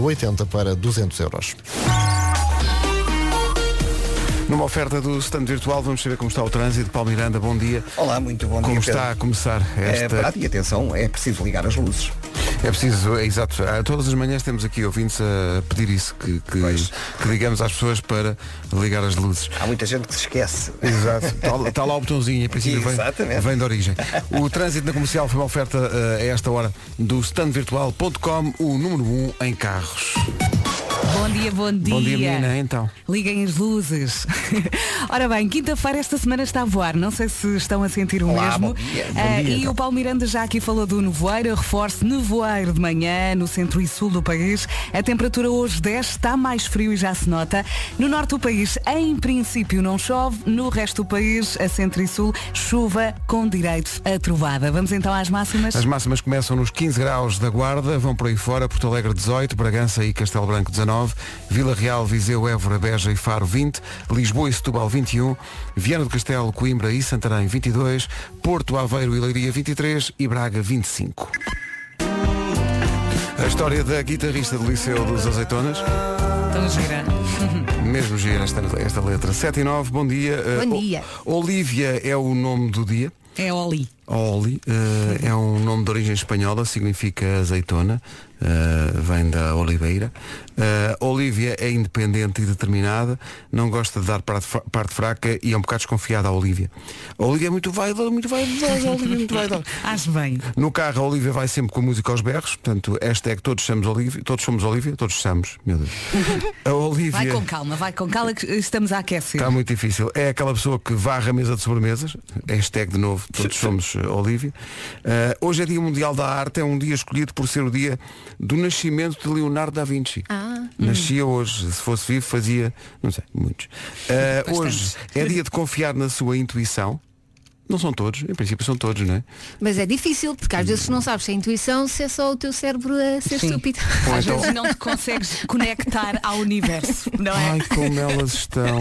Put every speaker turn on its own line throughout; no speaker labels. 180 para 200 euros.
Numa oferta do stand virtual, vamos saber como está o trânsito. Paulo Miranda, bom dia.
Olá, muito bom
Como
dia.
está a
Pedro.
começar
É,
esta.
parado e atenção, é preciso ligar as luzes.
É preciso, é exato. Ah, Todas as manhãs temos aqui ouvintes a pedir isso, que, que, que digamos às pessoas para ligar as luzes.
Há muita gente que se esquece.
Exato. Está lá o botãozinho, em princípio vem,
Exatamente.
vem da origem. O trânsito na comercial foi uma oferta eh, a esta hora do standvirtual.com, o número 1 um em carros.
Bom dia, bom dia.
Bom dia, menina, então.
Liguem as luzes. Ora bem, quinta-feira esta semana está a voar. Não sei se estão a sentir o
Olá, bom
mesmo.
dia, bom
Ah,
dia,
e
então.
o Paulo Miranda já aqui falou do nevoeiro. Reforço nevoeiro de manhã no centro e sul do país. A temperatura hoje 10 está mais frio e já se nota. No norte do país, em princípio, não chove. No resto do país, a centro e sul, chuva com direito a trovada. Vamos então às máximas.
As máximas começam nos 15 graus da Guarda, vão por aí fora, Porto Alegre 18, Bragança e Castelo Branco 19, Vila Real, Viseu, Évora, Beja e Faro 20, Lisboa e Setúbal 21, Viana do Castelo, Coimbra e Santarém 22, Porto, Aveiro e Leiria 23 e Braga 25. A história da guitarrista do Liceu dos Azeitonas,
Tão gira.
mesmo gira esta, esta letra. 7 e 9, bom dia.
Bom
Eh, O-
dia.
Olívia é o nome do dia.
É Oli.
Oli eh, é um nome de origem espanhola, significa azeitona, eh, vem da oliveira. Eh, Olivia é independente e determinada, não gosta de dar parte, fra- parte fraca e é um bocado desconfiada a Olivia. A Olivia é muito vaidosa, muito vaidosa, a Olivia é muito vaidosa.
Às bem.
No carro a Olivia vai sempre com a música aos berros, portanto, esta é que todos somos Olivia, todos somos Olivia, todos somos, meu Deus. A Olivia...
Vai com calma, vai com calma que estamos a aquecer.
Está muito difícil. É aquela pessoa que varra a mesa de sobremesas. Hashtag de novo, todos somos eh, Olívia. Eh, hoje é Dia Mundial da Arte, é um dia escolhido por ser o dia do nascimento de Leonardo da Vinci.
Ah.
Nascia hoje, se fosse vivo fazia, não sei, muitos. Eh, hoje é dia de confiar na sua intuição. Não são todos, em princípio são todos, não é?
Mas é difícil, porque às vezes não sabes se é intuição, se é só o teu cérebro a ser
Sim.
estúpido.
Ou
Às
então-
vezes não te consegues conectar ao universo, não é?
Ai, como elas estão.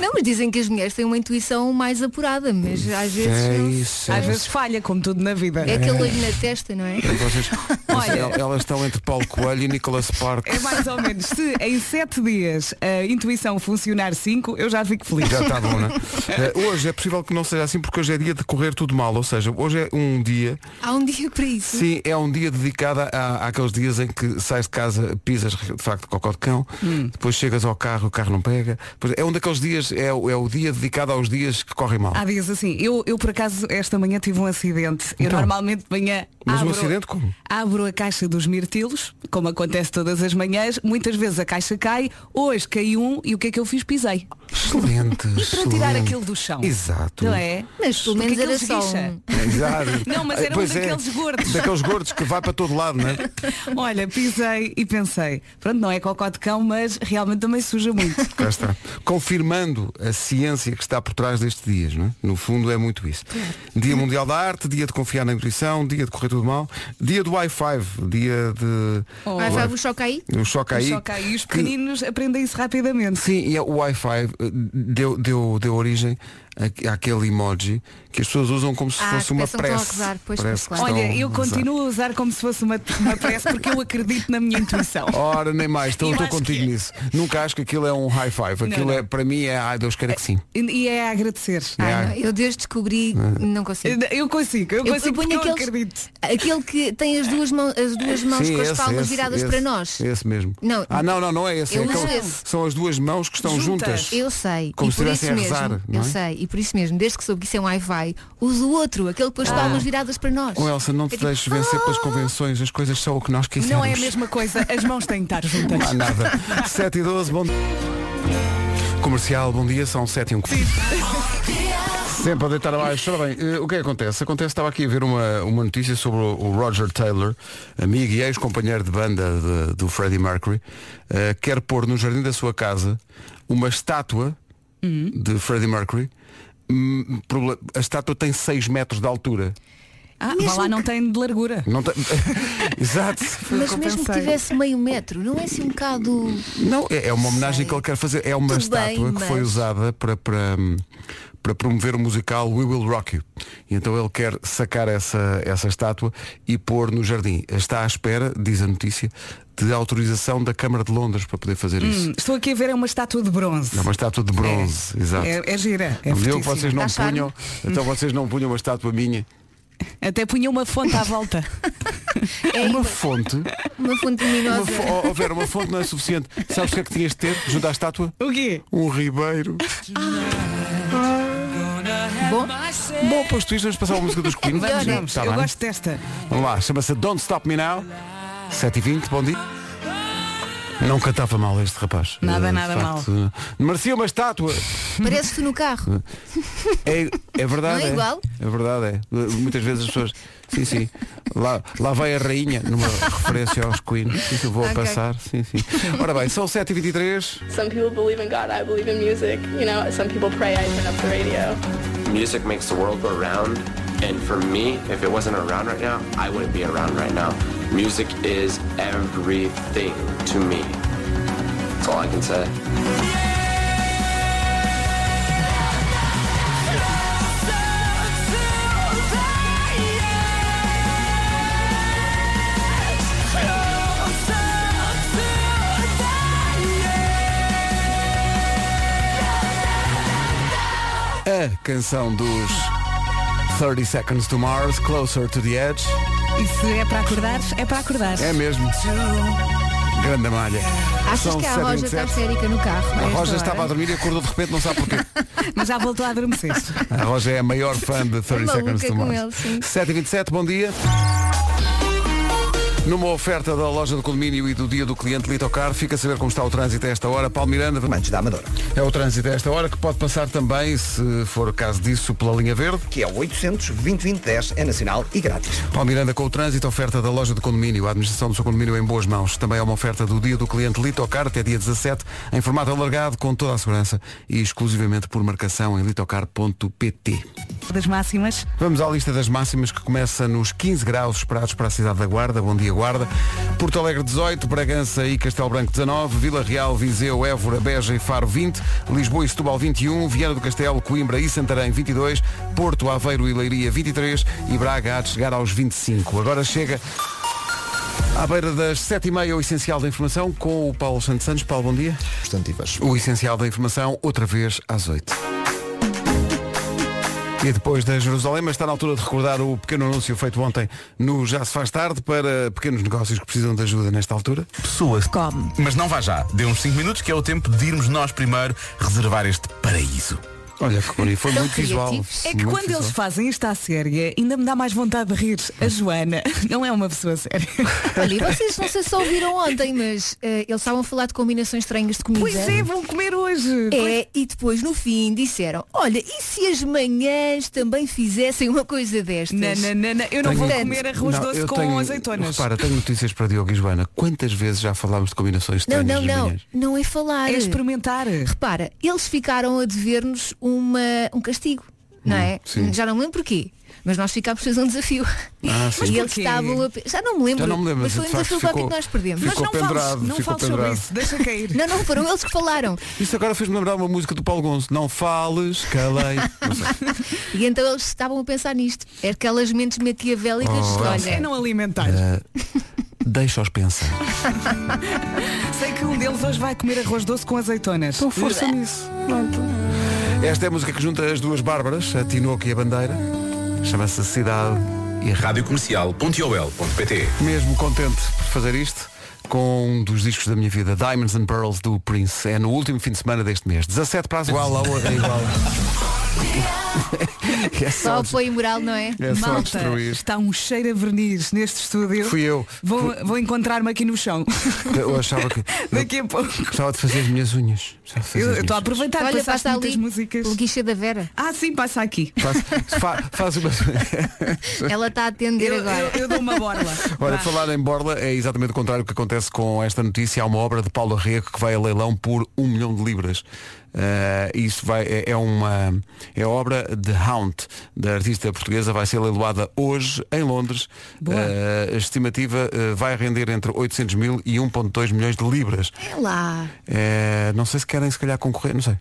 Não, mas dizem que as mulheres têm uma intuição mais apurada, mas às vezes. não
Sei,
se-
sei.
Às vezes falha, como tudo na vida.
É aquele olho na testa, não é?
Vocês-
Olha.
Elas estão entre Paulo Coelho e Nicolas
É
Sparks.
mais ou menos. Se em sete dias a intuição funcionar cinco, eu já fico feliz.
Já está bom, não é? Eh, Hoje é possível que não seja assim porque hoje é dia de correr tudo mal, ou seja, hoje é um dia,
Há um dia para isso.
sim, é um dia dedicado a, àqueles dias em que sais de casa, pisas de facto cocó de cão,
Hum.
depois chegas ao carro, o carro não pega. Pois é um daqueles dias, é, o- é o dia dedicado aos dias que correm mal.
Há dias assim, eu, eu por acaso esta manhã tive um acidente. Eu
Então.
normalmente de manhã
Mas um
abro,
acidente como?
abro a caixa dos mirtilos, como acontece todas as manhãs, muitas vezes a caixa cai, hoje caiu um e o que é que eu fiz? Pisei.
Excelente.
Para tirar
excelente.
aquilo do chão.
Exato.
Não é?
Mas pelo
Porque
menos era
aquilo
só
esguicha.
um.
Exato.
Não, mas era um
Pois é,
daqueles gordos.
Daqueles gordos que vai para todo lado, não é?
Olha, pisei e pensei, pronto, não é cocó de cão, mas realmente também suja muito.
Cá está. Confirmando a ciência que está por trás destes dias, não é? No fundo é muito isso. Dia Mundial da Arte, dia de confiar na intuição, dia de correr tudo mal, dia do Wi-Fi, dia de.
Oh.
Vai, vai, vos choca aí.
O choque aí.
Só que aí os
que-
pequeninos aprendem isso rapidamente.
Sim, e o Wi-Fi eh, deu, deu, deu origem a- àquele emoji que as pessoas usam como se
Ah,
fosse
que
uma
pensam que estão a
prece.
gozar, pois,
Parece
pois,
que
claro.
Olha,
estão
eu
a gozar.
continuo a usar como se fosse uma, uma prece porque eu acredito na minha intuição.
Ora, nem mais, então
Eu
estou
acho que
contigo
é.
nisso. Nunca acho que aquilo é um high five. Aquilo
não.
é, para mim é, ai Deus queira que sim.
E, e é a agradecer.
É.
Ah, não, eu desde descobri,
Ah.
não consigo.
Eu consigo, eu
Eu
consigo porque
ponho
eu
aqueles-
acredito.
Aquele que tem as duas, mão, as duas mãos
Sim,
com as
esse,
palmas
esse,
viradas
esse,
para nós.
Esse mesmo.
Não.
Ah, não, não, não é esse.
Eu
é
uso
aquele-
esse.
São as duas mãos que estão
Juntas.
juntas.
Eu sei.
Como
e
se
por isso
estivessem a
mesmo,
rezar, não
eu
é?
sei, e por isso mesmo, desde que soube que isso é um hi-fi, uso o outro, aquele com as palmas viradas para nós.
Ah. Oh, Elsa, não te
É tipo,
deixes vencer
"Ah!"
pelas convenções, as coisas são o que nós quisermos.
Não é a mesma coisa, as mãos têm que estar juntas.
Não há nada. 7 e 12, bom Comercial, bom dia, são 7 e 1. Sempre a deitar abaixo. Ora bem, eh, o que é que acontece? Acontece, estava aqui a ver uma, uma notícia sobre o, o Roger Taylor, amigo e ex-companheiro de banda de- do Freddie Mercury, eh, quer pôr no jardim da sua casa uma estátua de Freddie Mercury. Hum, proble- A estátua tem 6 metros de altura.
Ah, vá
um
lá não tem de largura.
Não tem- Exato.
Mas
que eu
mesmo que
pensei.
tivesse meio metro, não é assim um bocado.
Não, é, é uma homenagem
Sei.
que ele quer fazer. É uma
Tudo
estátua
bem,
que foi
mas-
usada para, para, hum, para promover o musical We Will Rock You. E então ele quer sacar essa, essa estátua e pôr no jardim. Está à espera, diz a notícia, de autorização da Câmara de Londres para poder fazer isso.
Hum, Estou aqui a ver é uma estátua de bronze.
É uma estátua de bronze, exato.
É, é gira. É
Não digo que
fortíssima.
vocês não
Dá charme.
punham, então vocês não punham uma estátua minha.
Até punha uma fonte à volta. É
uma fonte,
Uma fonte
uma
luminosa.
fo oh, Vera, uma fonte não é suficiente. Sabes o que é que tinhas de ter junto à estátua?
o quê?
Um ribeiro.
Bom,
Ah. Bom, posto isto, vamos passar a música dos Queen.
Vamos,
Sim,
vamos.
tá
né? Eu
bem.
gosto desta.
Vamos lá, chama-se Don't Stop Me Now. 7h20, bom dia. Não cantava mal este rapaz. Eh,
Nada,
de
nada
facto, mal. Merecia uma estátua.
parece-te no carro.
É, é verdade.
Não é igual?
É verdade, é. Muitas vezes as pessoas. Sim, sim. Lá, lá vai a rainha, numa referência aos Queen. Sim, que eu vou
Ok.
passar. Sim, sim. Ora bem, são 7h23.
Some people believe in God, I believe in music. You know, some people pray, I turn up the radio.
Music makes the world go round, and for me, if it wasn't around right now, I wouldn't be around right now. Music is everything to me. That's all I can say.
A canção dos 30 Seconds to Mars, Closer to the Edge.
E se é para acordar, é para acordar.
É mesmo. Grande malha.
Achas
São
que a Roja
7h27.
está histérica no carro?
A Roja
esta
estava a
hora?
dormir e acordou de repente, não sabe porquê.
Mas já voltou a adormecer.
A Roja é a maior fã de 30
Maluca
Seconds to
com
Mars.
ele, sim.
7h27, bom dia. Numa oferta da loja do condomínio e do dia do cliente Litocar, fica a saber como está o trânsito a esta hora. Paulo Miranda,
Amantes da Amadora,
é o trânsito a esta hora que pode passar também, se for caso disso, pela linha verde.
que é o 800 2010 é nacional e grátis.
Paulo Miranda com o trânsito, oferta da loja de condomínio. A administração do seu condomínio em boas mãos. Também é uma oferta do dia do cliente Litocar até dia 17, em formato alargado, com toda a segurança e exclusivamente por marcação em litocar.pt.
Das máximas.
Vamos à lista das máximas que começa nos 15 graus esperados para a cidade da Guarda. Bom dia, Guarda. Porto Alegre 18, Bragança e Castelo Branco 19, Vila Real, Viseu, Évora, Beja e Faro 20, Lisboa e Setúbal 21, Viana do Castelo, Coimbra e Santarém 22, Porto, Aveiro e Leiria 23 e Braga há de chegar aos 25. Agora chega à beira das 7h30 o Essencial da Informação com o Paulo Santos Santos. Paulo, bom dia.
Substantivas.
O essencial da informação, outra vez às 8. E depois da Jerusalém, mas está na altura de recordar o pequeno anúncio feito ontem no Já se faz tarde para pequenos negócios que precisam de ajuda nesta altura.
pessoas.
Come.
Mas não vá já, dê uns 5 minutos que é o tempo de irmos nós primeiro reservar este paraíso.
Olha que bonito, foi
Tão
muito visual.
criativos.
É que
Muito
quando
visual.
eles fazem isto à séria, ainda me dá mais vontade de rir. A Joana não é uma pessoa séria.
Olha, e vocês não sei se ouviram ontem, mas eh, eles estavam a falar de combinações estranhas de comida.
Pois é, vão comer hoje.
É, e depois no fim disseram, olha, e se as manhãs também fizessem uma coisa destas?
Não, não, não, não. Eu não vou
Tenho-
comer arroz
Não,
doce
eu
com
tenho-
azeitonas.
Repara, tenho notícias para Diogo e Joana. Quantas vezes já falámos de combinações
Não,
estranhas
não,
das
não.
manhãs?
Não é falar.
É experimentar.
Repara, eles ficaram a dever-nos uma, um castigo, não é?
Hum, sim.
Já não me lembro porquê. Mas nós ficámos a fazer um desafio.
Ah, sim. Mas
E eles
porquê?
estavam a... pe- Já não me lembro.
Já não me lembro, mas
Mas foi um
de facto
desafio qualquer
ficou-
que nós perdemos.
Mas
ficou
não
pendurado,
fales, não
ficou
fales sobre
pendurado.
isso. Deixa cair.
Não, não, foram eles que falaram.
Isso agora fez-me lembrar uma música do Paulo Gonço. Não fales, calei. Não sei.
E então eles estavam a pensar nisto. É aquelas mentes maquiavélicas.
Oh,
olha,
É não alimentar.
Eh, Deixa-os pensar.
Sei que um deles hoje vai comer arroz doce com azeitonas.
Então força nisso. então. Esta é a música que junta as duas Bárbaras, a Tinoco e a Bandeira. Chama-se Cidade e Rádio.
Radiocomercial.ol.pt
Mesmo contente por fazer isto com um dos discos da minha vida, Diamonds and Pearls do Prince. É no último fim de semana deste mês. 17 para as igual, a outra é igual. é só,
só apoio moral, não é?
é só
Malta,
destruir.
está um cheiro a verniz neste estúdio.
Fui eu.
Vou, vou encontrar-me aqui no chão.
Eu achava que. Eu
Daqui a pouco.
gostava de fazer as minhas unhas. Gostava de fazer
Eu
as
eu estou a
minhas
aproveitar que
Olha,
passaste
passa
muitas
ali
músicas.
o guichê da Vera.
Ah, sim, passa aqui.
unhas. Faz, fa- faz uma.
Ela está a atender
Eu,
agora.
eu- eu dou uma borla.
Olha,
Vá.
falar em Borla é exatamente o contrário do que acontece com esta notícia. Há uma obra de Paulo Arrego que vai a leilão por um milhão de libras. Eh, isso vai, é, é uma é a obra de Hound. Count, da artista portuguesa, vai ser leiloada hoje em Londres.
Boa.
Eh, a estimativa eh, vai render entre 800 mil e 1.2 milhões de libras.
É lá.
Eh, não sei se querem se calhar concorrer, não sei.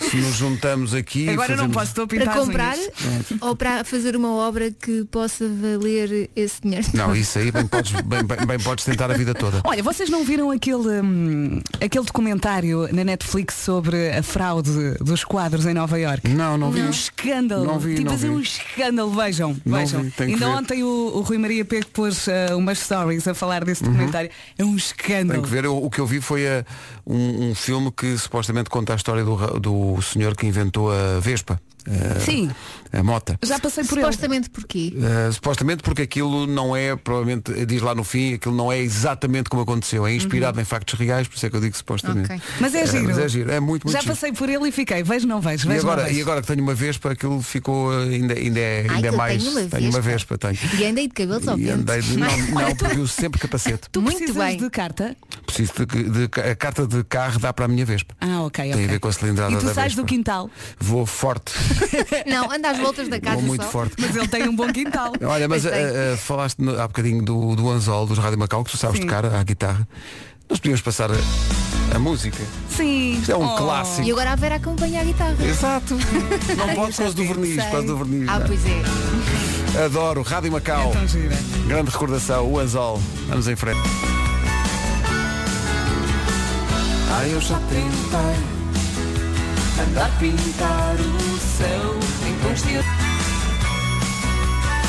se nos juntamos aqui. e
Agora não
fazemos-
posso, estou a pintar
Para
as
comprar
unhas.
ou para fazer uma obra que possa valer esse dinheiro?
Não, isso aí bem podes, bem, bem- bem podes tentar a vida toda.
Olha, vocês não viram aquele, hum, aquele documentário na Netflix sobre a fraude dos quadros em Nova Iorque?
Não, não vi.
Um escândalo.
Não vi,
tipo,
não
assim,
vi.
um escândalo, vejam,
Não
vejam.
vi, tenho que
Ainda
ver.
ontem o, o Rui Maria Pego pôs ah, umas stories a falar desse documentário. É um escândalo.
Uhum. Tenho que ver, Eu- o que eu vi foi a- um, um filme que supostamente conta a história do, ra- do senhor que inventou a Vespa. eh,
Sim.
A mota.
Já passei por ele.
Supostamente porquê?
Eh, supostamente porque aquilo não é, provavelmente, diz lá no fim, aquilo não é exatamente como aconteceu. É inspirado em factos reais, por isso é que eu digo supostamente.
Ok.
Mas é
Eh,
giro.
mas é giro, é muito, muito
Já
giro.
passei por ele e fiquei, vejo, não vejo,
E
vejo, não
agora,
vejo.
e agora que tenho uma Vespa, aquilo ficou eh, ainda, ainda é, ainda
Ai,
é
que eu
mais.
tenho uma
Vespa, tenho.
E andei de cabelos ao
E
vento.
andei de- não, não,
Olha, tu-
porque eu sempre capacete.
Tu
Muito
precisas
bem.
de carta?
Preciso de, de- a carta de carro dá para a minha Vespa.
Ah, ok, ok.
Tem a ver com a cilindrada
E tu
da
sais
Vespa.
do quintal.
Vou forte,
Não, anda às voltas da casa
vou muito
só.
forte.
Mas ele tem um bom quintal.
Olha, mas
Pois tem.
ah, ah, falaste no- há bocadinho do, do Anzol, dos Rádio Macau, que tu sabes
Sim.
tocar à guitarra. Nós podíamos passar a, a música.
Sim. Oh,
Isto é um clássico.
E agora a Vera acompanha a guitarra.
Exato. Não pode por causa do verniz, por causa do verniz.
Ah, pois é.
Adoro, Rádio Macau.
Então gira.
Grande recordação, o Anzol. Vamos em frente. Ah, eu já tentei.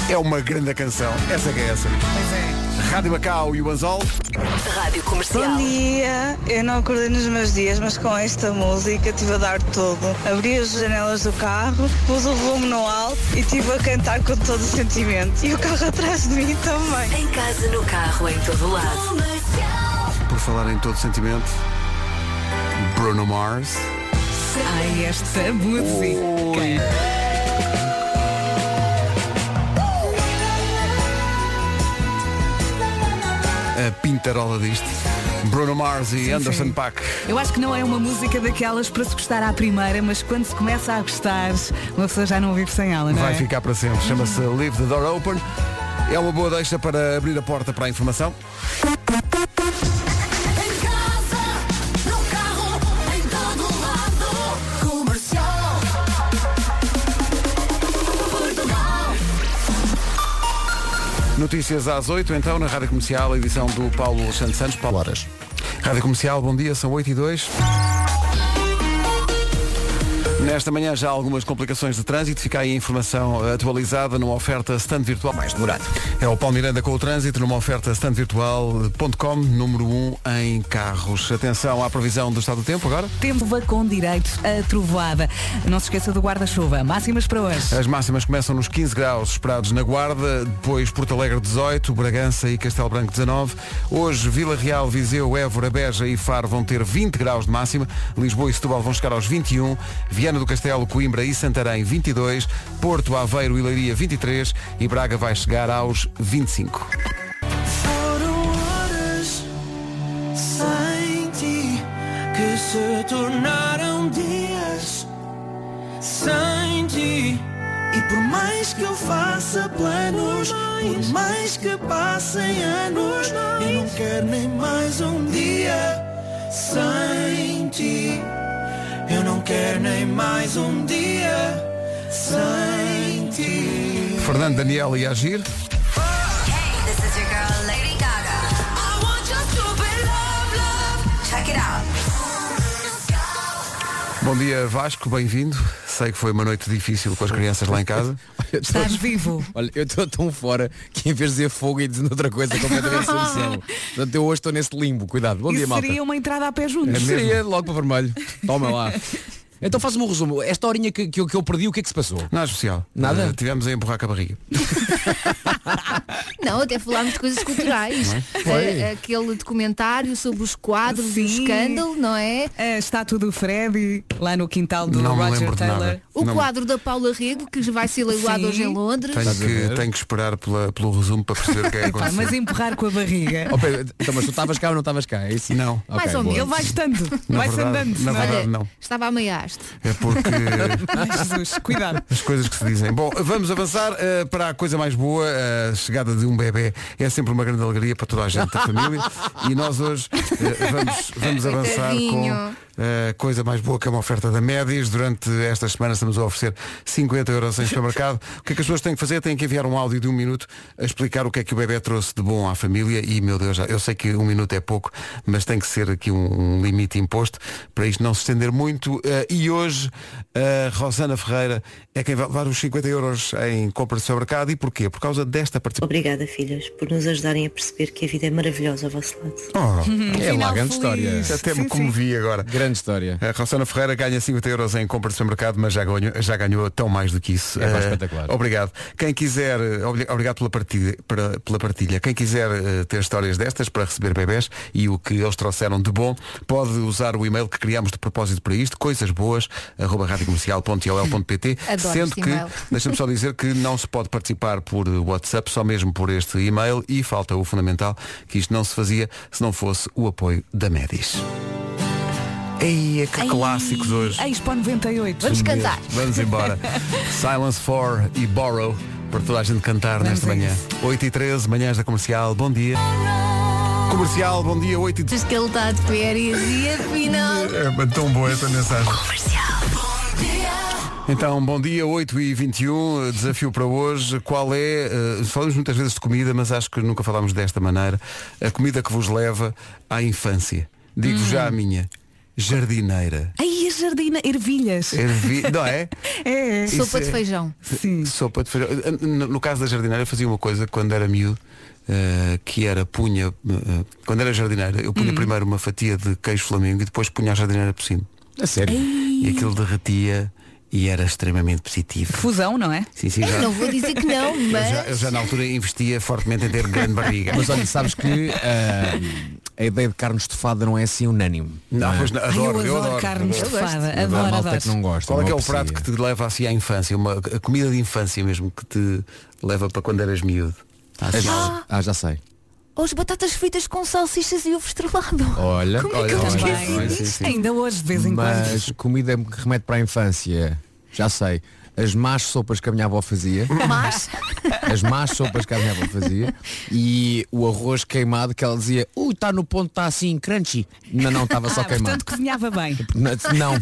É uma grande canção. Essa que é essa. Rádio Macau e o Anzol.
Bom dia, eu não acordei nos meus dias, mas com esta música estive a dar todo. Abri as janelas do carro, pus o volume no alto e estive a cantar com todo o sentimento. E o carro atrás de mim também.
Em casa, no carro, em todo lado.
Por falar em todo sentimento, Bruno Mars.
Ai, esta música.
A pintarola disto. Bruno Mars e Anderson Paak.
Eu acho que não é uma música daquelas para se gostar à primeira, mas quando se começa a gostar, uma pessoa já não vive sem ela, não
Vai
é?
ficar para sempre. Chama-se Leave the Door Open. É uma boa deixa para abrir a porta para a informação.
Em casa, no carro, em todo lado. Comercial. Portugal.
Notícias às 8, então, na Rádio Comercial, a edição do Paulo Alexandre Santos. Paulo
Horas.
Rádio Comercial, bom dia, são 8 e 2. Nesta manhã já há algumas complicações de trânsito, fica aí a informação atualizada numa oferta stand virtual. Mais demorado. É o Paulo Miranda com o trânsito numa oferta standvirtual.com, número 1 em carros. Atenção à previsão do estado do tempo agora.
Tempo com direito a trovoada. Não se esqueça do guarda-chuva. Máximas para hoje.
As máximas começam nos 15 graus esperados na Guarda, depois Porto Alegre 18, Bragança e Castelo Branco 19. Hoje Vila Real, Viseu, Évora, Beja e Faro vão ter 20 graus de máxima. Lisboa e Setúbal vão chegar aos 21. Viana do Castelo, Coimbra e Santarém 22. Porto, Aveiro e Leiria 23 e Braga vai chegar aos 25.
Foram horas sem ti que se tornaram dias sem ti. E por mais que eu faça planos, por mais que passem anos, eu não quero nem mais um dia sem ti. Eu não quero nem mais um dia sem ti.
Fernando Daniel e Agir.
Hey, this is your girl, Lady Gaga. I want your stupid love, love. Check it out.
Bom dia Vasco, bem-vindo. Sei que foi uma noite difícil com as crianças lá em casa.
Estás vivo.
Olha, eu estou tão fora que em vez de dizer fogo e dizer outra coisa completamente sem noção. Portanto, eu hoje estou nesse limbo. Cuidado. Bom dia,
Isso
malta. É
seria um uma entrada a pé
É
juntos.
Seria logo para vermelho. Toma lá. Então faz-me um resumo. Esta horinha que, que eu, que eu perdi, o que é que se passou?
Nada especial.
Nada?
Eh, tivemos a empurrar com a barriga.
Não, até falámos de coisas culturais.
é?
A- aquele documentário sobre os quadros e o
Sim.
escândalo, não é?
A estátua do Freddy lá no quintal do
Não me
Roger
lembro de
Taylor.
nada.
O
Não.
quadro da Paula Rego, que vai ser leiloado
Sim.
hoje em Londres.
Tenho que, tenho que esperar pela- pelo resumo para perceber o que é que
Pá,
aconteceu.
Ah, mas empurrar com a barriga.
Oh, Pedro, então, mas tu estavas cá ou não estavas cá? É isso?
Não.
Ok,
Mais ou
boa.
menos.
Ele vai estando,
Na
vai-se
verdade-
andando.
na
não é?
verdade,
Olha,
não.
estava a meiar.
gosto.
É porque
Jesus, cuidado.
as coisas que se dizem. Bom, vamos avançar eh, para a coisa mais boa, a chegada de um bebê é sempre uma grande alegria para toda a gente da família. E nós hoje eh, vamos, vamos avançar com
Coitadinho.
eh, coisa mais boa que é uma oferta da Médias. Durante esta semana estamos a oferecer 50 euros em supermercado. O que é que as pessoas têm que fazer? Têm que enviar um áudio de um minuto a explicar o que é que o bebê trouxe de bom à família. E, meu Deus, eu sei que um minuto é pouco, mas tem que ser aqui um, um limite imposto para isto não se estender muito. Eh, e hoje a Rosana Ferreira é quem vai levar os 50 euros em compra de supermercado. E porquê? Por causa desta participação.
Obrigada, filhas, por nos ajudarem a perceber que a vida é maravilhosa ao vosso lado.
Oh,
É lá, Final grande feliz.
história. Até me comovi agora. Grande história. A Rossana Ferreira ganha 50 euros em compra de supermercado, mas já ganhou, já ganhou tão mais do que isso.
É pá,
Eh,
espetacular.
Obrigado. Quem quiser, eh, obri- obrigado pela partilha, para- pela partilha. Quem quiser eh, ter histórias destas para receber bebés e o que eles trouxeram de bom, pode usar o e-mail que criámos de propósito para isto, coisasboas@radiocomercial.ol.pt,
Adoro
sendo
este
que
e-mail.
Deixa-me só dizer que não se pode participar por WhatsApp, só mesmo por este e-mail e falta o fundamental, que isto não se fazia se não fosse o apoio da Medis. Ei, é que clássicos hoje. Um
Expo 98.
Sim, Vamos embora. Silence 4 e Borrow para toda a gente cantar nesta manhã. 8 e 13, manhãs da comercial, bom dia. Comercial, bom dia, 8 e
Diz que ele está de férias e afinal.
É tão boa essa mensagem. Então, bom dia, 8 e 21 desafio para hoje. Qual é, eh, falamos muitas vezes de comida, mas acho que nunca falámos desta maneira, a comida que vos leva à infância. Digo-vos já a minha, jardineira.
Aí a jardina, ervilhas.
Ervi- Não é?
É.
Isso Sopa de é-
feijão.
Sim. Sopa de feijão. Eh, No, no caso da jardineira eu fazia uma coisa quando era miúdo, eh, que era punha, eh, quando era jardineira, eu punha
Hum.
primeiro uma fatia de queijo flamengo e depois punha a jardineira por cima.
A sério?
E aquilo derretia e era extremamente positivo.
Fusão, não é?
Sim, sim, já.
Não vou dizer que não,
Eu
mas.
já, eu já na altura investia fortemente em ter grande barriga.
Mas olha, sabes que ah, a ideia de carne estofada não é assim unânime.
Não,
é?
pois não, adoro, eu adoro.
Eu gosto.
Há
Há
malta
malta que não gosta.
Qual é
não
que é o prato
aprecia.
que te leva assim à infância? Uma, a comida de infância mesmo que te leva para quando eras miúdo?
Ah, já- ah, já sei.
Ou as batatas fritas com salsichas e ovo estrelado.
Olha,
Como
olha,
é que eu
olha,
te
olha,
esqueci
sim,
disto?
sim.
Ainda hoje, de vez em
Mas comida é que remete para a infância. Já sei. As más sopas que a minha avó fazia.
Mas.
As más sopas que a minha avó fazia. E o arroz queimado que ela dizia, ui, está no ponto, está assim, crunchy. Não, não, estava só
ah,
queimado.
portanto cozinhava bem.
Não,